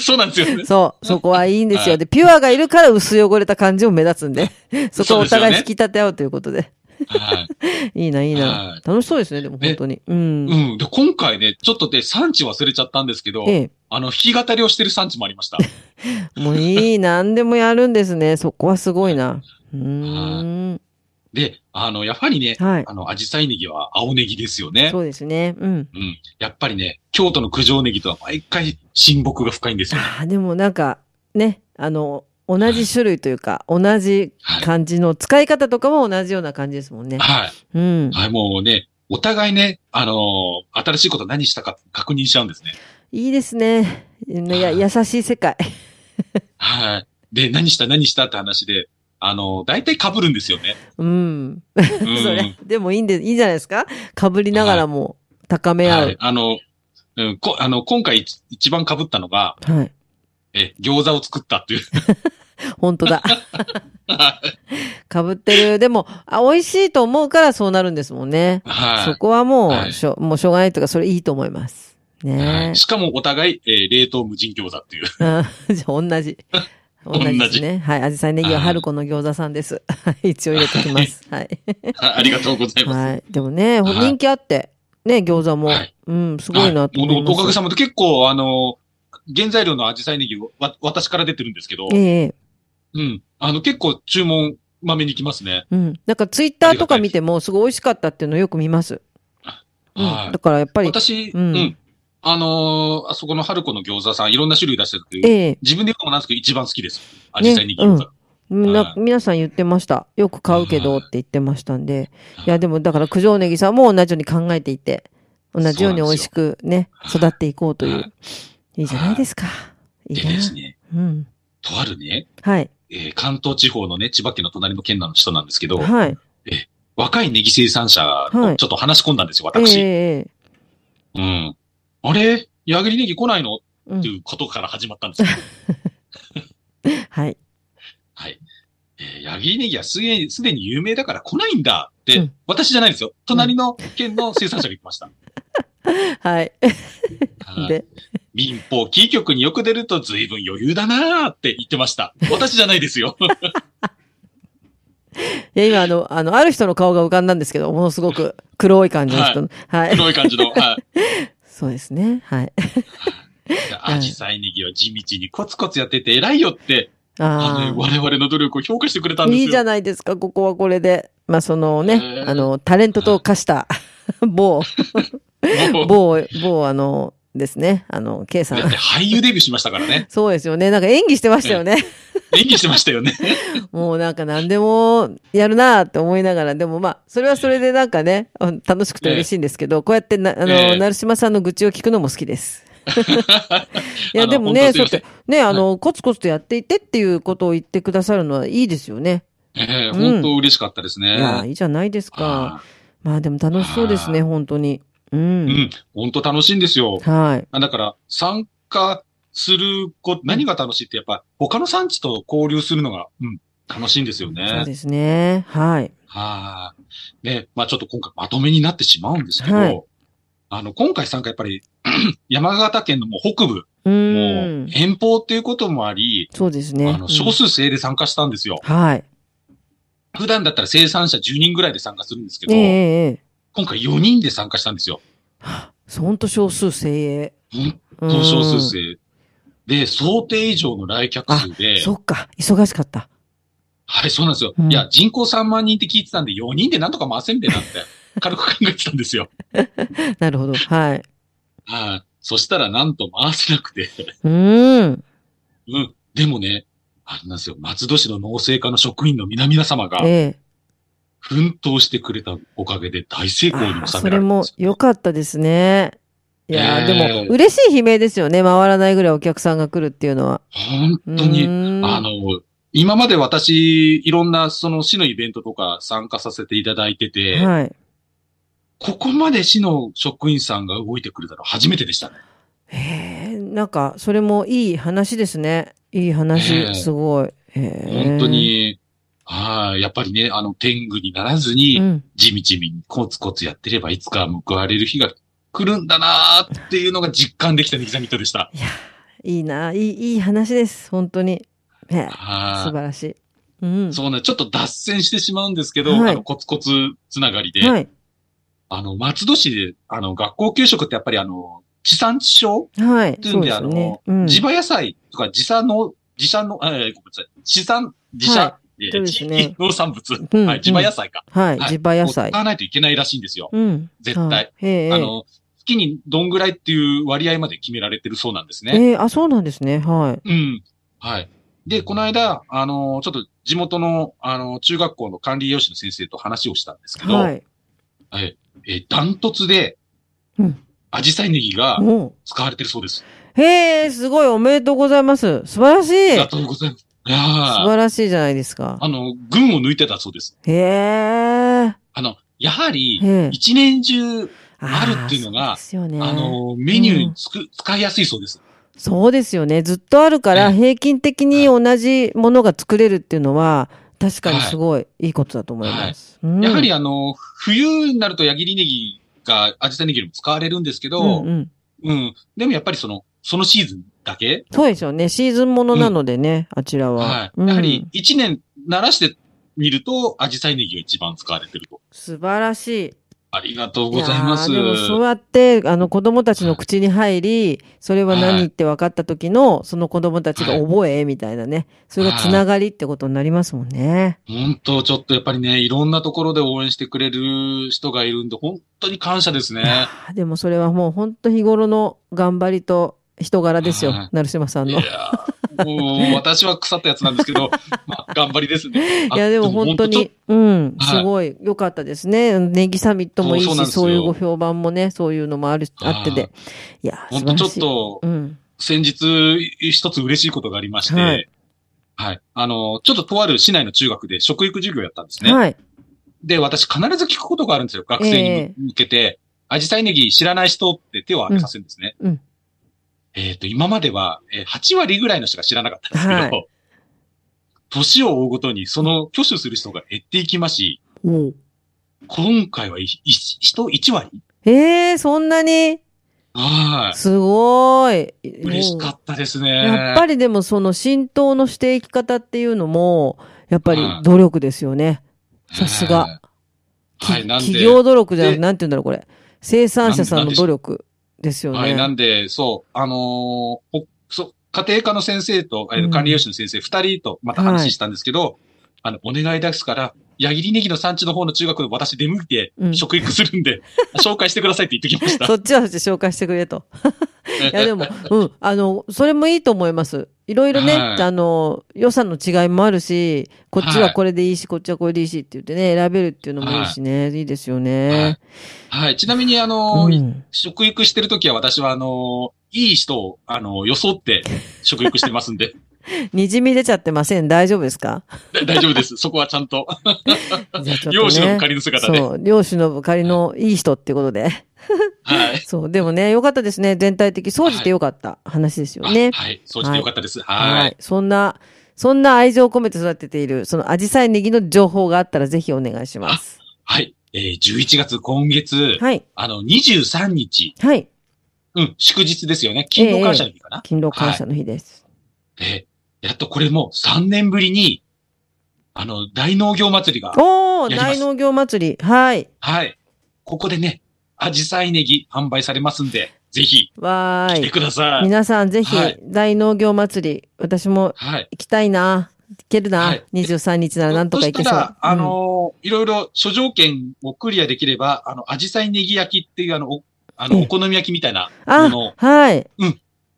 Speaker 2: そうなんですよね。
Speaker 1: そう、そこはいいんです
Speaker 2: は
Speaker 1: よ。
Speaker 2: い
Speaker 1: で、ピュアがいるから薄汚れた感じも目立つ
Speaker 2: <laughs>
Speaker 1: んで、そこをお互い引き立て合うということで。
Speaker 2: はい。
Speaker 1: いいな、いい
Speaker 2: は
Speaker 1: な。楽しそうですね、でも本当に。う。
Speaker 2: うんん。で、今回ね、ちょっとで、産地忘れちゃったんですけど、
Speaker 1: え
Speaker 2: あの、弾き語りをしてる産地もありました。
Speaker 1: え、もういい、何でもやるんですね。そこはすごい
Speaker 2: <laughs>
Speaker 1: な。うーん。
Speaker 2: で、あの、やはりね、
Speaker 1: はい。
Speaker 2: あの、アジサイネギは青ネギですよね。
Speaker 1: そうですね。うん。
Speaker 2: うん。やっぱりね、京都の九条ネギとは毎回親睦が深い
Speaker 1: <laughs>
Speaker 2: んですよ。
Speaker 1: ああ、でもなんか、ね、あの、同じ種類というか、同じ感じの、使い方とかも同じような感じですもんね。
Speaker 2: はい。
Speaker 1: うん。
Speaker 2: はい、もうね、お互いね、あのー新しいこと何したか確認しちゃうんですね。
Speaker 1: いいですね。や、
Speaker 2: はい
Speaker 1: 優しい世界。 <laughs>
Speaker 2: はい。で、何した何したって話で、あのー大体被るんです
Speaker 1: <laughs>
Speaker 2: よね。
Speaker 1: うん。
Speaker 2: うん。
Speaker 1: それ。でもいいんで、いいじゃないですか。かぶりながらも高め合
Speaker 2: は
Speaker 1: う
Speaker 2: い。。あの、うん、こ、あの、今回一一番被ったのが、
Speaker 1: はい。
Speaker 2: え、餃子を作ったっていう。
Speaker 1: 本当だ。
Speaker 2: は
Speaker 1: かぶってる。でも、あ、美味しいと思うからそうなるんですもんね。そ
Speaker 2: い。
Speaker 1: こはもう、
Speaker 2: はい
Speaker 1: しょ、もうしょうがないというか、それいいと思います。
Speaker 2: は
Speaker 1: ね
Speaker 2: い、しかもお互い、えー冷凍無人餃子っ
Speaker 1: <laughs>
Speaker 2: ていう。
Speaker 1: うんじゃ <laughs> あ、同じ。同じですね。はい。アジサイネギは
Speaker 2: はい
Speaker 1: 春子の餃子さんです。はい。一応入れてきます。はい。
Speaker 2: はいありがとうございます。
Speaker 1: はい。でもね、ほ
Speaker 2: はい
Speaker 1: 人気あって、ね、餃子も
Speaker 2: はい。
Speaker 1: うん、すごいなと
Speaker 2: は
Speaker 1: 思
Speaker 2: も
Speaker 1: いうます。
Speaker 2: おかげさまで結構、あのー原材料のアジサイネギを、わ、私から出てるんですけど、
Speaker 1: ええ。
Speaker 2: うん。あの、結構注文、まめに来ますね。
Speaker 1: うん。なんか、ツイッターとか見ても、すごい美味しかったっていうのをよく見ます。うん。
Speaker 2: は
Speaker 1: だから、やっぱ
Speaker 2: い。
Speaker 1: り、
Speaker 2: 私、
Speaker 1: う
Speaker 2: うんん、あのーあそこの春子の餃子さん、いろんな種類出してるけど、
Speaker 1: ええ。
Speaker 2: 自分で言うのもなんですけど、一番好きです。アジサイネギ
Speaker 1: う
Speaker 2: 餃
Speaker 1: ん
Speaker 2: 子。
Speaker 1: みんな
Speaker 2: は、い
Speaker 1: 皆さん言ってました。よく買うけどって言ってましたんで。
Speaker 2: はい
Speaker 1: いや、でもだから九条ネギさんも同じように考えていて、同じように美味しくね、育
Speaker 2: そうな
Speaker 1: っていこうとい
Speaker 2: は
Speaker 1: う。いいじゃないですか。い
Speaker 2: で
Speaker 1: いな
Speaker 2: で。すね、
Speaker 1: うん。
Speaker 2: とあるね、
Speaker 1: はい。
Speaker 2: えー関東地方のね、千葉県の隣の県の人なんですけど、
Speaker 1: はい。
Speaker 2: 若いネギ生産者
Speaker 1: はい
Speaker 2: とちょっと話し込んだんですよ、
Speaker 1: ええ
Speaker 2: 私。
Speaker 1: ええ
Speaker 2: うん。あれ矢切ネギ来ないのっ
Speaker 1: うん
Speaker 2: ていうことから始まったんですよ。
Speaker 1: はい。
Speaker 2: はい。えー、矢切ネギはすでにすでに有名だから来ないんだって、
Speaker 1: うん
Speaker 2: 私じゃないですよ。隣の県の生産者が言って
Speaker 1: <laughs>
Speaker 2: ました。
Speaker 1: はい。
Speaker 2: は
Speaker 1: <laughs>
Speaker 2: い
Speaker 1: で、
Speaker 2: 民放キー局によく出ると随分余裕だなーって言って
Speaker 1: <laughs>
Speaker 2: ました。私じゃないですよ。 <laughs>
Speaker 1: いや、今あの、あの、ある人の顔が浮かんだんですけど、ものすごく黒い感じの人の。はい。
Speaker 2: 黒い感じの。はい。
Speaker 1: そうですね。はい。 <laughs>
Speaker 2: アジサイネギは地道にコツコツやってて偉いよって、あ
Speaker 1: あ
Speaker 2: の
Speaker 1: あ。
Speaker 2: 我々の努力を評価してくれたんですよ。
Speaker 1: いいじゃないですか、ここはこれで。まあ、そのね、
Speaker 2: ええ
Speaker 1: あの、タレントと化した、 <laughs> 某、
Speaker 2: もう
Speaker 1: 某、某、あの、ですね、あの、K さ
Speaker 2: だ <laughs> って
Speaker 1: ん。
Speaker 2: 俳優デビューしましたか
Speaker 1: <laughs>
Speaker 2: らね。
Speaker 1: そうですよね。なんか演技してましたよね。
Speaker 2: 演技してましたよね。
Speaker 1: もうなんか何でもやるなって思いながら、でもまあ、それはそれでなんかね、うん楽しくて嬉しいんですけど、こうやってな、あの、
Speaker 2: ええ
Speaker 1: 成島さんの愚痴を聞くのも好きです。い
Speaker 2: <laughs> あ
Speaker 1: や、
Speaker 2: の
Speaker 1: でもね、
Speaker 2: 本当
Speaker 1: そうや
Speaker 2: すいま
Speaker 1: っ
Speaker 2: せん
Speaker 1: て、ね、あの、コツコツとやっていてっていうことを言ってくださるのはいいですよね。
Speaker 2: ええ
Speaker 1: うん
Speaker 2: 本当嬉しかったですね。
Speaker 1: いや、いいじゃないですか。
Speaker 2: あ
Speaker 1: まあでも楽しそうですね、
Speaker 2: あ
Speaker 1: 本当に。う。
Speaker 2: ーうんん、本当楽しいんですよ。
Speaker 1: はい。
Speaker 2: あだから、参加すること、何が楽しいって、やっぱ、他の産地と交流するのが、うん、楽しいんですよ
Speaker 1: そう
Speaker 2: ね。
Speaker 1: ですね。はい。
Speaker 2: はい。で、まあちょっと今回まとめになってしまうんですけど、
Speaker 1: はい
Speaker 2: あの、今回参加やっぱり、 <clears throat> 山形県のもう北部、
Speaker 1: う。
Speaker 2: もうん遠方っていうこともあり、
Speaker 1: そうですね。
Speaker 2: あ
Speaker 1: う
Speaker 2: の、
Speaker 1: ん
Speaker 2: 少数制で参加したんですよ。
Speaker 1: はい。
Speaker 2: 普段だったら生産者10人ぐらいで参加するんですけ
Speaker 1: え
Speaker 2: ど、
Speaker 1: えええ。
Speaker 2: 今回4人で参加したんですよ。
Speaker 1: 本当少数精鋭。
Speaker 2: 本
Speaker 1: う
Speaker 2: 当
Speaker 1: ん
Speaker 2: 少数制。で、想定以上の来客数で、
Speaker 1: そっか、忙しかった。
Speaker 2: はい、そうなんですよ。
Speaker 1: うん
Speaker 2: いや、人口3万人って聞いてたんで、4人でなんとか回せんべな
Speaker 1: <laughs>
Speaker 2: って、軽く考えてたんですよ。
Speaker 1: なる
Speaker 2: <laughs>
Speaker 1: ほど。はい。
Speaker 2: はい。そしたら、なんと回せなくて。
Speaker 1: うーん。
Speaker 2: うん。でもね、あれなんですよ。松戸市の農政課の職員の皆々様が、
Speaker 1: ええ。
Speaker 2: 奮闘してくれたおかげで大成功
Speaker 1: あ
Speaker 2: に
Speaker 1: あ
Speaker 2: 収
Speaker 1: そ
Speaker 2: めら
Speaker 1: れ
Speaker 2: れたん
Speaker 1: も
Speaker 2: ですよ。
Speaker 1: 良かったですね。いやー、
Speaker 2: ええ
Speaker 1: でも、嬉しい悲鳴ですよね。回らないぐらいお客さんが来るっていうのは。
Speaker 2: 本
Speaker 1: う
Speaker 2: 当に、
Speaker 1: ーん
Speaker 2: あの、今まで私、いろんなその市のイベントとか参加させていただいてて、
Speaker 1: はい。
Speaker 2: ここまで市の職員さんが動いてくれたの初めてでしたね。
Speaker 1: へえ、なんか、それもいい話ですね。いい話、
Speaker 2: ええ
Speaker 1: すごい。へえ
Speaker 2: 本当。に、はい。やっぱりね、あの、天狗にならずに、
Speaker 1: うん。
Speaker 2: 地味地味にコツコツやってれば、いつか報われる日が来るんだなーっていうのが実感できたネギザミットでした。
Speaker 1: いいな、いい、いい話です。本当に。ね、素
Speaker 2: は
Speaker 1: 晴らしい。うん
Speaker 2: い。。そうね、ちょっと脱線してしまうんですけど、
Speaker 1: はい
Speaker 2: あの、コツコツつながりで、
Speaker 1: はい。
Speaker 2: あの、松戸市で、あの、学校給食ってやっぱりあの、地産地消
Speaker 1: はい。
Speaker 2: てい
Speaker 1: そううんで
Speaker 2: です
Speaker 1: ね。うん。
Speaker 2: 地場野菜とか地産の、地産の、えー、ごめんなさい。地産、自社、
Speaker 1: は
Speaker 2: えー
Speaker 1: そうです
Speaker 2: 地
Speaker 1: ね
Speaker 2: 域農産物。
Speaker 1: うん
Speaker 2: はい、地場野菜か。
Speaker 1: はい。
Speaker 2: はい
Speaker 1: 地場野菜
Speaker 2: 使。わないといけないらしいんですよ。
Speaker 1: うん。
Speaker 2: 絶対
Speaker 1: はいへえ。
Speaker 2: あの、月にどんぐらいっていう割合まで決められてるそうなんですね。
Speaker 1: ええ、あ、そうなんですね。はい。
Speaker 2: うん。はい。で、この間、あの、ちょっと地元の、あの、中学校の管理栄養士の先生と話をしたんですけど、
Speaker 1: はい。
Speaker 2: えーダントツで、
Speaker 1: うん
Speaker 2: アジサイネギが
Speaker 1: おう
Speaker 2: 使われてるそうです。
Speaker 1: へえ、すごい、おめでとうございます。素晴らし
Speaker 2: あ
Speaker 1: い
Speaker 2: りが
Speaker 1: 素
Speaker 2: とうございます。いやー
Speaker 1: 晴らしいじゃないですか。
Speaker 2: あの、群を抜いてたそうです。
Speaker 1: へえ。
Speaker 2: あの、やはり
Speaker 1: へ、え。
Speaker 2: 一年中、ある
Speaker 1: ー
Speaker 2: っていうの
Speaker 1: そう
Speaker 2: が
Speaker 1: ですよね。
Speaker 2: あの、メニューにつく、使いやすいそうです。
Speaker 1: そうですよね。ずっとあるから、
Speaker 2: ええ
Speaker 1: 平均的に同じものが作れるっていうのは、確かにすごいいいことだと思います。うん
Speaker 2: やはりあの、冬になると矢切ネギが、アジサイネギにも使われるんですけど、
Speaker 1: う
Speaker 2: うんん、
Speaker 1: うん、
Speaker 2: でもやっぱりその、そのシーズンだけ、
Speaker 1: そうですよね。シーズンものなのでね、あちらは。
Speaker 2: はい。
Speaker 1: うん
Speaker 2: やはり、一年慣らしてみると、アジサイネギが一番使われてると。
Speaker 1: 素晴らしい。
Speaker 2: ありがとうございます。
Speaker 1: やーでもそうやって、あの子供たちの口に入り、それは何って分かった時の、その子供たちが覚え、みたいなね。それがつながりってことになりますもんね。
Speaker 2: 本当、ちょっとやっぱりね、いろんなところで応援してくれる人がいるんで、本当に感謝ですね。
Speaker 1: あーでもそれはもう本当日頃の頑張りと人柄ですよ
Speaker 2: はい。
Speaker 1: 成島さん
Speaker 2: い
Speaker 1: の
Speaker 2: や。ー、もう私は腐ったやつなんですけど、 <laughs> まあ、頑張りですね。あ
Speaker 1: いや、でも本当
Speaker 2: ちょっ
Speaker 1: に、うん、
Speaker 2: はい
Speaker 1: すごい良かったですね。ネギサミットもいい
Speaker 2: そうそうなん
Speaker 1: し、
Speaker 2: ですよ
Speaker 1: そういうご評判もね、そういうのもある、
Speaker 2: はい
Speaker 1: あってて。いや、
Speaker 2: と、本
Speaker 1: 素
Speaker 2: 当
Speaker 1: 晴
Speaker 2: ち
Speaker 1: らしい
Speaker 2: ょっと、
Speaker 1: うん。
Speaker 2: 先日、一つ嬉しいことがありまして、
Speaker 1: は
Speaker 2: はいい。あの、ちょっととある市内の中学で食育授業やったんですね。
Speaker 1: はい。
Speaker 2: で、私必ず聞くことがあるんですよ。学生
Speaker 1: ええ
Speaker 2: に向けて、アジサイネギ知らない人って手を挙げさせるんですね。
Speaker 1: うんうん
Speaker 2: えっ、と、今までは、えー8割ぐらいの人が知らなかったんですけど、
Speaker 1: は
Speaker 2: 年を追うごとにその挙手する人が減っていきまし、
Speaker 1: おう
Speaker 2: 今回は1、い人1割
Speaker 1: ええそんなに
Speaker 2: は
Speaker 1: すごーい。
Speaker 2: い。嬉しかったですね。
Speaker 1: やっぱりでもその浸透のしていき方っていうのも、やっぱり
Speaker 2: はい
Speaker 1: 努力ですよね。さすが
Speaker 2: えー。はい、
Speaker 1: き
Speaker 2: なんで。
Speaker 1: 企業努力じゃなくて、
Speaker 2: で
Speaker 1: なんて言うんだろう、これ。生産者さんの努力ですよね。
Speaker 2: はい、なんで、そう、あのーほそう、家庭科の先生と、えー
Speaker 1: うん
Speaker 2: 管理栄養士の先生二人とまた話したんですけど、あの、お願いですから、矢切ネギの産地の方の中学の私出向いて
Speaker 1: うん、
Speaker 2: 食育する
Speaker 1: <laughs>
Speaker 2: んで、紹介してくださいって言ってきました。
Speaker 1: そっちはそっちで紹介してくれ
Speaker 2: <laughs>
Speaker 1: と。いや、でも、うん、あの、それもいいと思います。いろいろね、
Speaker 2: はい
Speaker 1: あの、予算の違いもあるし、こっちはこれでいいし、こっちはこれでいいしって言ってね、選べるっていうのもいいしね、いいですよね。
Speaker 2: はい、ちなみに、あのー
Speaker 1: うん
Speaker 2: 食育してるときは私は、あのーいい人を、あのー装って食育してますんで、 <laughs>
Speaker 1: にじみ出ちゃってません。大丈夫ですか
Speaker 2: 大丈夫です。そこはちゃんと、
Speaker 1: じゃあちょっとね
Speaker 2: <laughs> 容姿の仮の姿で。
Speaker 1: そう、漁師の仮のいい人ってことで。
Speaker 2: <laughs> はい。
Speaker 1: そう、でもね、よかったですね。全体的、掃除してよかった話ですよね
Speaker 2: あ。はい、そうしてよかったです。
Speaker 1: は。
Speaker 2: はい
Speaker 1: そんな、そんな愛情を込めて育てている、そのアジサイネギの情報があったらぜひお願いします。
Speaker 2: はい。えー、11月、今月、
Speaker 1: はい。
Speaker 2: あの、23日、
Speaker 1: はい。
Speaker 2: うん、祝日ですよね。勤労感謝の日かな。
Speaker 1: 勤労感謝の日です。
Speaker 2: えーやっとこれも3年ぶりに、あの、大農業祭りが、
Speaker 1: おー、
Speaker 2: やりま
Speaker 1: 大
Speaker 2: す
Speaker 1: 農業祭り。はい。
Speaker 2: はい。ここでね、アジサイネギ販売されますんで、ぜひ
Speaker 1: わ
Speaker 2: 来
Speaker 1: ー
Speaker 2: て
Speaker 1: い。
Speaker 2: ください。
Speaker 1: 皆さんぜひ
Speaker 2: はい、
Speaker 1: 大農業祭り、私も
Speaker 2: はい。
Speaker 1: 行きたいな。行ける
Speaker 2: は。
Speaker 1: ない23日ならなんとか行け
Speaker 2: し
Speaker 1: そ
Speaker 2: た
Speaker 1: う
Speaker 2: ら。、あのーいろいろ諸条件をクリアできれば、あの、アジサイネギ焼きっていうあの、おあ
Speaker 1: え
Speaker 2: の、
Speaker 1: え
Speaker 2: お好み焼きみたいな
Speaker 1: うん、
Speaker 2: も
Speaker 1: あ
Speaker 2: のを、、
Speaker 1: はい。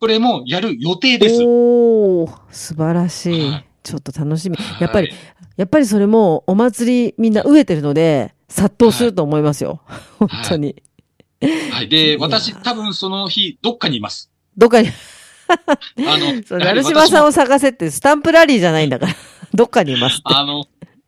Speaker 2: これもやる予定です。
Speaker 1: おー、素晴らしい
Speaker 2: はい。
Speaker 1: ちょっと楽しみ。やっぱり
Speaker 2: はい、
Speaker 1: やっぱりそれもお祭りみんな飢えてるので、殺到すると思いますよ。本当に。
Speaker 2: はい。
Speaker 1: いや
Speaker 2: で、
Speaker 1: ー
Speaker 2: 私、多分その日、どっかにいます。
Speaker 1: どっかに、
Speaker 2: あ
Speaker 1: <laughs>
Speaker 2: の、
Speaker 1: そう、
Speaker 2: やはり
Speaker 1: 成
Speaker 2: 私
Speaker 1: 島
Speaker 2: も
Speaker 1: さんを探せって、スタンプラリーじゃないんだから。 <laughs> どっかにいますっ
Speaker 2: あの、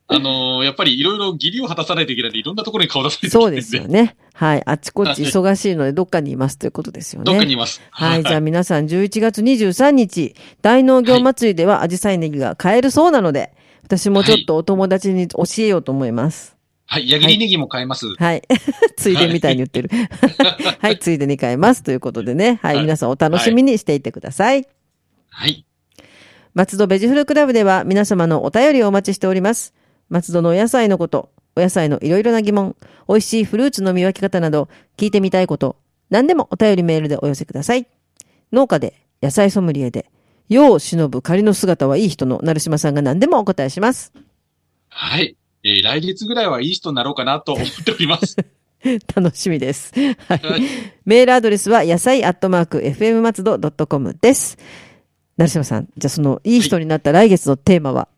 Speaker 2: あのーやっぱりいろいろ義理を果たさないといけないんで、いろんなところに顔出さな
Speaker 1: て。
Speaker 2: いとい
Speaker 1: そ
Speaker 2: け
Speaker 1: う
Speaker 2: ないん
Speaker 1: で
Speaker 2: で。
Speaker 1: すよね。はい。あっちこっち忙しいので、どっかにいますということですよね。
Speaker 2: どっかにいます。
Speaker 1: はい。じゃあ皆さん、11月23日、大農業祭りでは、アジサイネギが買えるそうなので、私もちょっとお友達に教えようと思います。
Speaker 2: はい。矢切ネギも買えます。
Speaker 1: はい。 <laughs> ついでみたいに言ってる。はい。ついでに買えます。ということでね。はい。
Speaker 2: はい
Speaker 1: 皆さんお楽しみにしていてください。
Speaker 2: はい。
Speaker 1: 松戸ベジフルクラブでは皆様のお便りをお待ちしております。松戸のお野菜のこと、お野菜のいろいろな疑問、美味しいフルーツの見分け方など、聞いてみたいこと、何でもお便りメールでお寄せください。農家で、野菜ソムリエで、世を忍ぶ仮の姿はいい人の成島さんが何でもお答えします。
Speaker 2: はい。えー来月ぐらいはいい人になろうかなと思っております。
Speaker 1: 楽しみです。はい
Speaker 2: はい。
Speaker 1: メールアドレスは、野菜アットマーク、fm 松戸 .com です。成島さん、じゃあその、いい人になった来月のテーマは、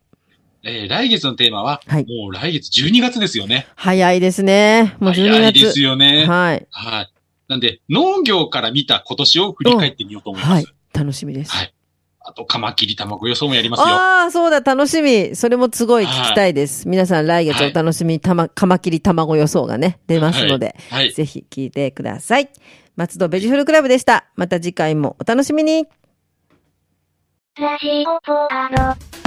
Speaker 2: えー来月のテーマは、
Speaker 1: はい
Speaker 2: もう来月12月ですよね。
Speaker 1: 早いですね。もう12月。
Speaker 2: 早いですよね。
Speaker 1: はい。
Speaker 2: はい。なんで、農業から見た今年を振り返ってみようと思います。
Speaker 1: はい。楽しみです。
Speaker 2: はいあと、カマキリ卵予想もやりますよ。
Speaker 1: ああ、そうだ、楽しみ。それもすごい聞きたいです。皆さん来月お楽しみに、たま、カマキリ卵予想がね、出ますので、
Speaker 2: はい。
Speaker 1: ぜひ聞いてください。松戸ベジフルクラブでした。また次回もお楽しみに。
Speaker 3: ラジオポアド。